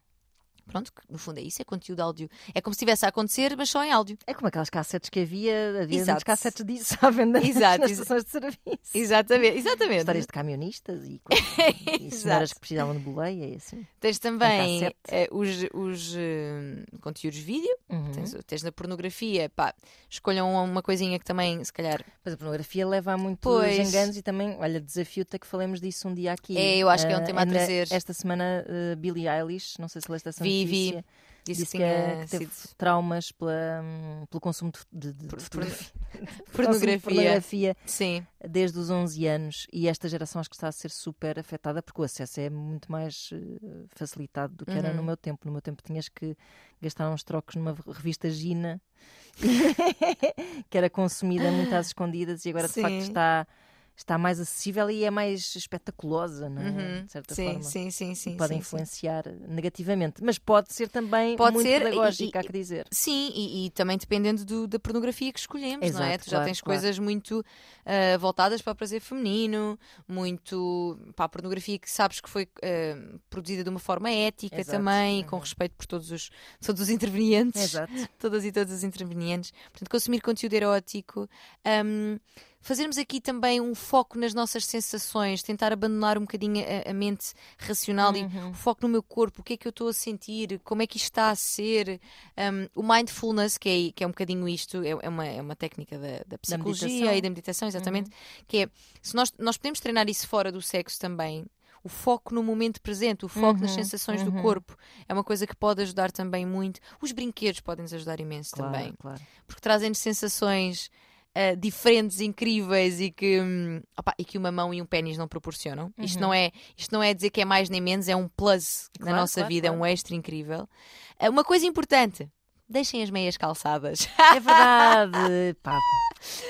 B: Pronto, que no fundo é isso, é conteúdo áudio. É como se estivesse a acontecer, mas só em áudio.
A: É como aquelas cassetes que havia, havia muitos
B: Exato.
A: cassetes disso à venda
B: Exato,
A: nas
B: exa-
A: estações de serviço.
B: Exatamente, exatamente.
A: Histórias de camionistas e, coisas- assim. e senhoras que precisavam de boleia e assim.
B: Tens também
A: cassete.
B: eh, os, os eh, conteúdos vídeo,
A: Uhum.
B: tens, tens na pornografia, pá, escolham uma coisinha que também, se calhar,
A: Mas a pornografia leva a muitos
B: Pois.
A: enganos e também, olha, desafio-te a que falemos disso um dia aqui.
B: É, eu acho que é um
A: Ah,
B: tema a
A: ainda
B: trazer.
A: Esta semana, eh, Billie Eilish, não sei se leste essa
B: Vi, vi.
A: notícia,
B: disse, que
A: disse
B: tinha
A: que, que teve
B: sido
A: traumas pela, hum, pelo consumo de, de- de
B: por-
A: fotografia. Consumo de
B: pornografia.
A: pornografia
B: Sim,
A: desde os 11 anos e esta geração acho que está a ser super afetada porque o acesso é muito mais eh, facilitado do que era
B: Uhum.
A: no meu tempo. No meu tempo tinhas que gastar uns trocos numa revista Gina que era consumida muito às escondidas e agora de facto
B: Sim.
A: está, está mais acessível e é mais espetaculosa, não é?
B: uhum,
A: de certa
B: sim,
A: forma.
B: sim, sim,
A: E
B: sim.
A: pode
B: sim, sim.
A: influenciar negativamente, mas pode ser também
B: Pode
A: muito
B: ser, e-
A: pedagógica,
B: e-
A: há que dizer.
B: Sim, e, e também dependendo do- da pornografia que escolhemos, não é?
A: Exato,
B: Tu já
A: claro,
B: tens
A: claro.
B: coisas muito ah, voltadas para o prazer feminino, muito para a pornografia que sabes que foi ah, produzida de uma forma ética
A: Exato, Uhum.
B: também, e com respeito por todos os, todos os intervenientes.
A: Exato.
B: todas e todos os intervenientes. Portanto, consumir conteúdo erótico, hum, fazermos aqui também um foco nas nossas sensações, tentar abandonar um bocadinho a, a mente racional e o foco no meu corpo, o que é que eu estou a sentir, como é que isto está a ser. Hum, o mindfulness, que é, que é um bocadinho isto, é, é uma, é uma técnica da, da psicologia
A: meditação. Uhum.
B: e da meditação, exatamente, que é se nós, nós podemos treinar isso fora do sexo também. O foco no momento presente, o foco nas
A: Uhum,
B: sensações do
A: uhum.
B: corpo, é uma coisa que pode ajudar também muito. Os brinquedos podem nos ajudar imenso
A: Claro,
B: também,
A: claro.
B: porque trazem-nos sensações ah, diferentes, incríveis e que, hum, opá, e que uma mão e um pênis não proporcionam. Isto, não é, isto não é dizer que é mais nem menos, é um plus
A: Uhum. Claro,
B: na nossa
A: claro,
B: vida, é um extra incrível. Ah, uma coisa importante: deixem as meias calçadas.
A: É verdade, pá.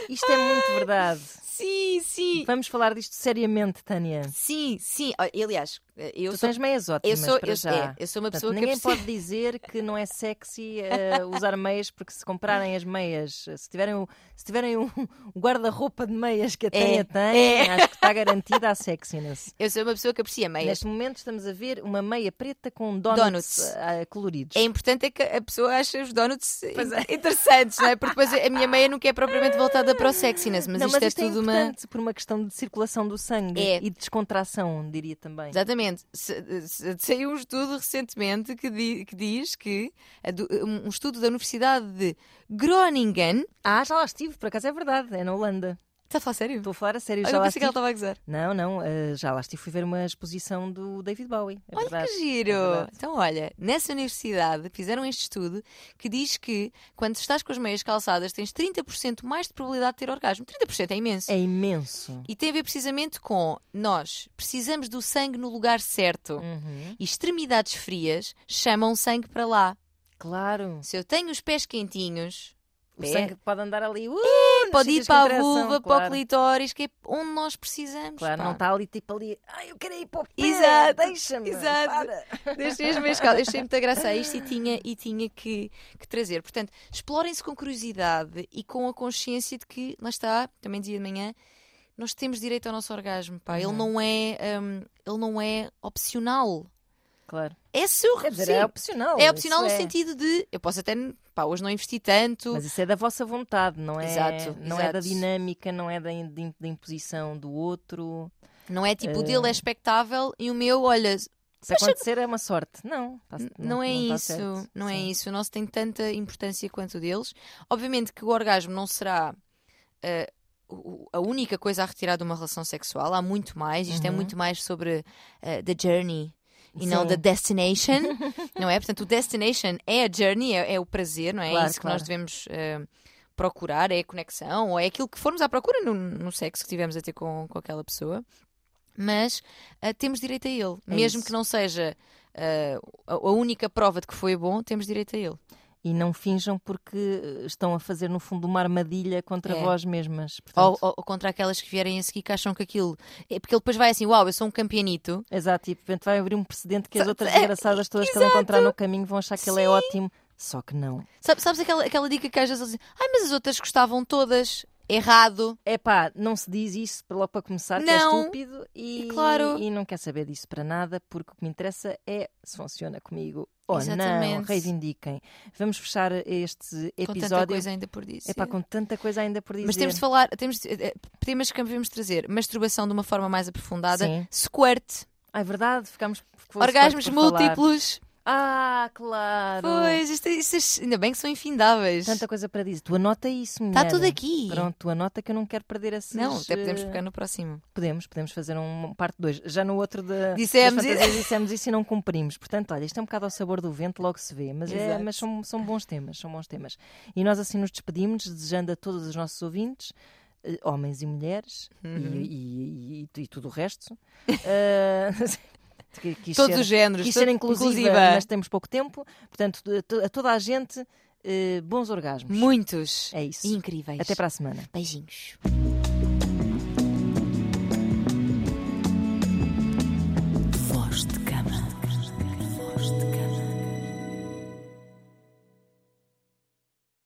A: Isto é muito verdade.
B: sim, sim.
A: Vamos falar disto seriamente, Tânia.
B: Sim, sim. Olha, Aliás, eh, eu
A: tu
B: sou.
A: tens meias
B: Eu
A: ótimas
B: sou,
A: para
B: eu,
A: já.
B: é, eu sou uma
A: Portanto,
B: pessoa que
A: ninguém
B: aprecia-
A: pode dizer que não é sexy eh, usar meias, porque se comprarem as meias, eh, se tiverem, o- se tiverem um, um guarda-roupa de meias
B: É,
A: que a Tânia tem, acho que está garantida a sexiness.
B: eu sou uma pessoa que aprecia meias.
A: Neste momento estamos a ver uma meia preta com donuts,
B: Donuts.
A: ah, coloridos.
B: É importante é que a pessoa ache os donuts in- interessantes, não é? Porque depois a minha meia nunca é propriamente voltada para o sexiness, mas
A: não,
B: isto
A: mas
B: é
A: isto
B: tudo uma.
A: importante por uma questão de circulação do sangue
B: É.
A: e de descontração, diria também.
B: Exatamente. Se- se- Saiu um estudo recentemente que, di- que diz que a do- um estudo da Universidade de Groningen
A: Ah, já lá estive, por acaso é verdade, é na Holanda.
B: Está a falar sério?
A: Estou a falar a sério.
B: Ah,
A: já
B: eu
A: lá
B: pensei que ela
A: estive-
B: estava a gozar.
A: Não, não, eh, já lá estive. Fui ver uma exposição do David Bowie. É
B: Olha
A: verdade.
B: que giro!
A: É verdade.
B: então, olha, nessa universidade fizeram este estudo que diz que quando estás com as meias calçadas tens 30% mais de probabilidade de ter orgasmo. 30% é imenso.
A: É imenso.
B: E tem a ver precisamente com nós precisamos do sangue no lugar certo.
A: Uhum.
B: E extremidades frias chamam sangue para lá.
A: Claro.
B: Se eu tenho os pés quentinhos,
A: O
B: pé,
A: sangue pode andar ali. Uh, nos
B: É. pode ir
A: sítios que
B: para a
A: interessam,
B: vulva, para o
A: claro.
B: clitóris, que é onde nós precisamos.
A: Claro,
B: pá.
A: não está ali tipo ali. Ai, eu quero ir para o pé.
B: Exato,
A: Deixa-me.
B: exato.
A: para."
B: Desde as minhas calças. Eu achei muita graça a isto e tinha, e tinha que, que trazer. Portanto, explorem-se com curiosidade e com a consciência de que, lá está, também dizia de manhã, nós temos direito ao nosso orgasmo. Pá. Ele,
A: Uhum.
B: não é, hum, ele não é opcional.
A: Claro.
B: É seu
A: Quer dizer,
B: sim.
A: é opcional.
B: É opcional
A: isso
B: no
A: é.
B: sentido de eu posso até pá, hoje não investi tanto.
A: Mas isso é da vossa vontade, não é?
B: Exato,
A: não é da
B: exato.
A: dinâmica, não é da, in- da in- da imposição do outro.
B: Não é tipo o
A: Eh,
B: dele é expectável e o meu, olha,
A: Se acontecer é uma sorte. Não, tá-
B: não é
A: tá
B: isso,
A: certo.
B: não é
A: Sim.
B: isso. O nosso tem tanta importância quanto o deles. Obviamente que o orgasmo não será eh, o- o- a única coisa a retirar de uma relação sexual. Há muito mais. Isto é
A: Uhum.
B: muito mais sobre eh, the journey e não
A: Sim.
B: the destination, não é? Portanto, o destination é a journey, é, é o prazer, não é? é
A: Claro,
B: isso que
A: claro.
B: nós devemos eh, procurar, é a conexão, ou é aquilo que formos à procura no, no sexo que tivemos a ter com, com aquela pessoa. Mas eh, temos direito a ele,
A: É
B: mesmo
A: isso.
B: que não seja eh, a, a única prova de que foi bom, temos direito a ele.
A: E não finjam porque eh, estão a fazer, no fundo, uma armadilha contra
B: É.
A: vós mesmas.
B: Ou,
A: Portanto,
B: ou- ou contra aquelas que vierem a seguir que acham que aquilo. É porque ele depois vai assim, uau, eu sou um campeanito.
A: Exato, e de repente vai abrir um precedente que as
B: Sa-
A: outras
B: é,
A: desgraçadas todas que vão encontrar no caminho vão achar que ele é ótimo. Só que não.
B: Sabe- sabes aquela, aquela dica que às vezes dizem, ai, mas as outras gostavam todas, errado.
A: É pá, não se diz isso logo para começar, que é
B: Não.
A: estúpido e,
B: E claro.
A: e não quer saber disso para nada, porque o que me interessa é se funciona comigo ou não.
B: Exatamente.
A: Reivindiquem. Vamos fechar este
B: Com tanta
A: episódio.
B: coisa ainda por dizer.
A: É pá, com tanta coisa ainda por dizer.
B: Mas temos de falar, temos de- eh, eh, temas que devemos trazer. Masturbação de uma forma mais aprofundada.
A: Sim.
B: Squirt.
A: Ah, é verdade, ficámos ficou
B: orgasmos
A: forte por falar.
B: múltiplos.
A: Ah, claro.
B: Pois, isto, isto- ainda bem que são infindáveis.
A: Tanta coisa para dizer. Tu anota isso, menina.
B: Está Tá tudo aqui.
A: Pronto, tu anota que eu não quero perder esses...
B: Não, até podemos
A: eh,
B: focar no próximo.
A: Podemos, podemos fazer um parte 2. Já no outro da.
B: Dissemos
A: das fantasias dissemos isso e não cumprimos. Portanto, olha, isto é um bocado ao sabor do vento, logo se vê. Mas, é,
B: Exato.
A: mas são, são bons temas, são bons temas. E nós assim nos despedimos, desejando a todos os nossos ouvintes, eh, homens e mulheres, e-
B: Uhum.
A: e, e- e tudo o resto. eh, que- quis
B: Todos
A: ser-
B: os géneros.
A: quis
B: todo-
A: ser inclusiva,
B: é-
A: mas temos pouco tempo. Portanto, a to- a toda a gente, eh, bons orgasmos.
B: Muitos.
A: É isso.
B: Incríveis.
A: Até para a semana.
B: Beijinhos.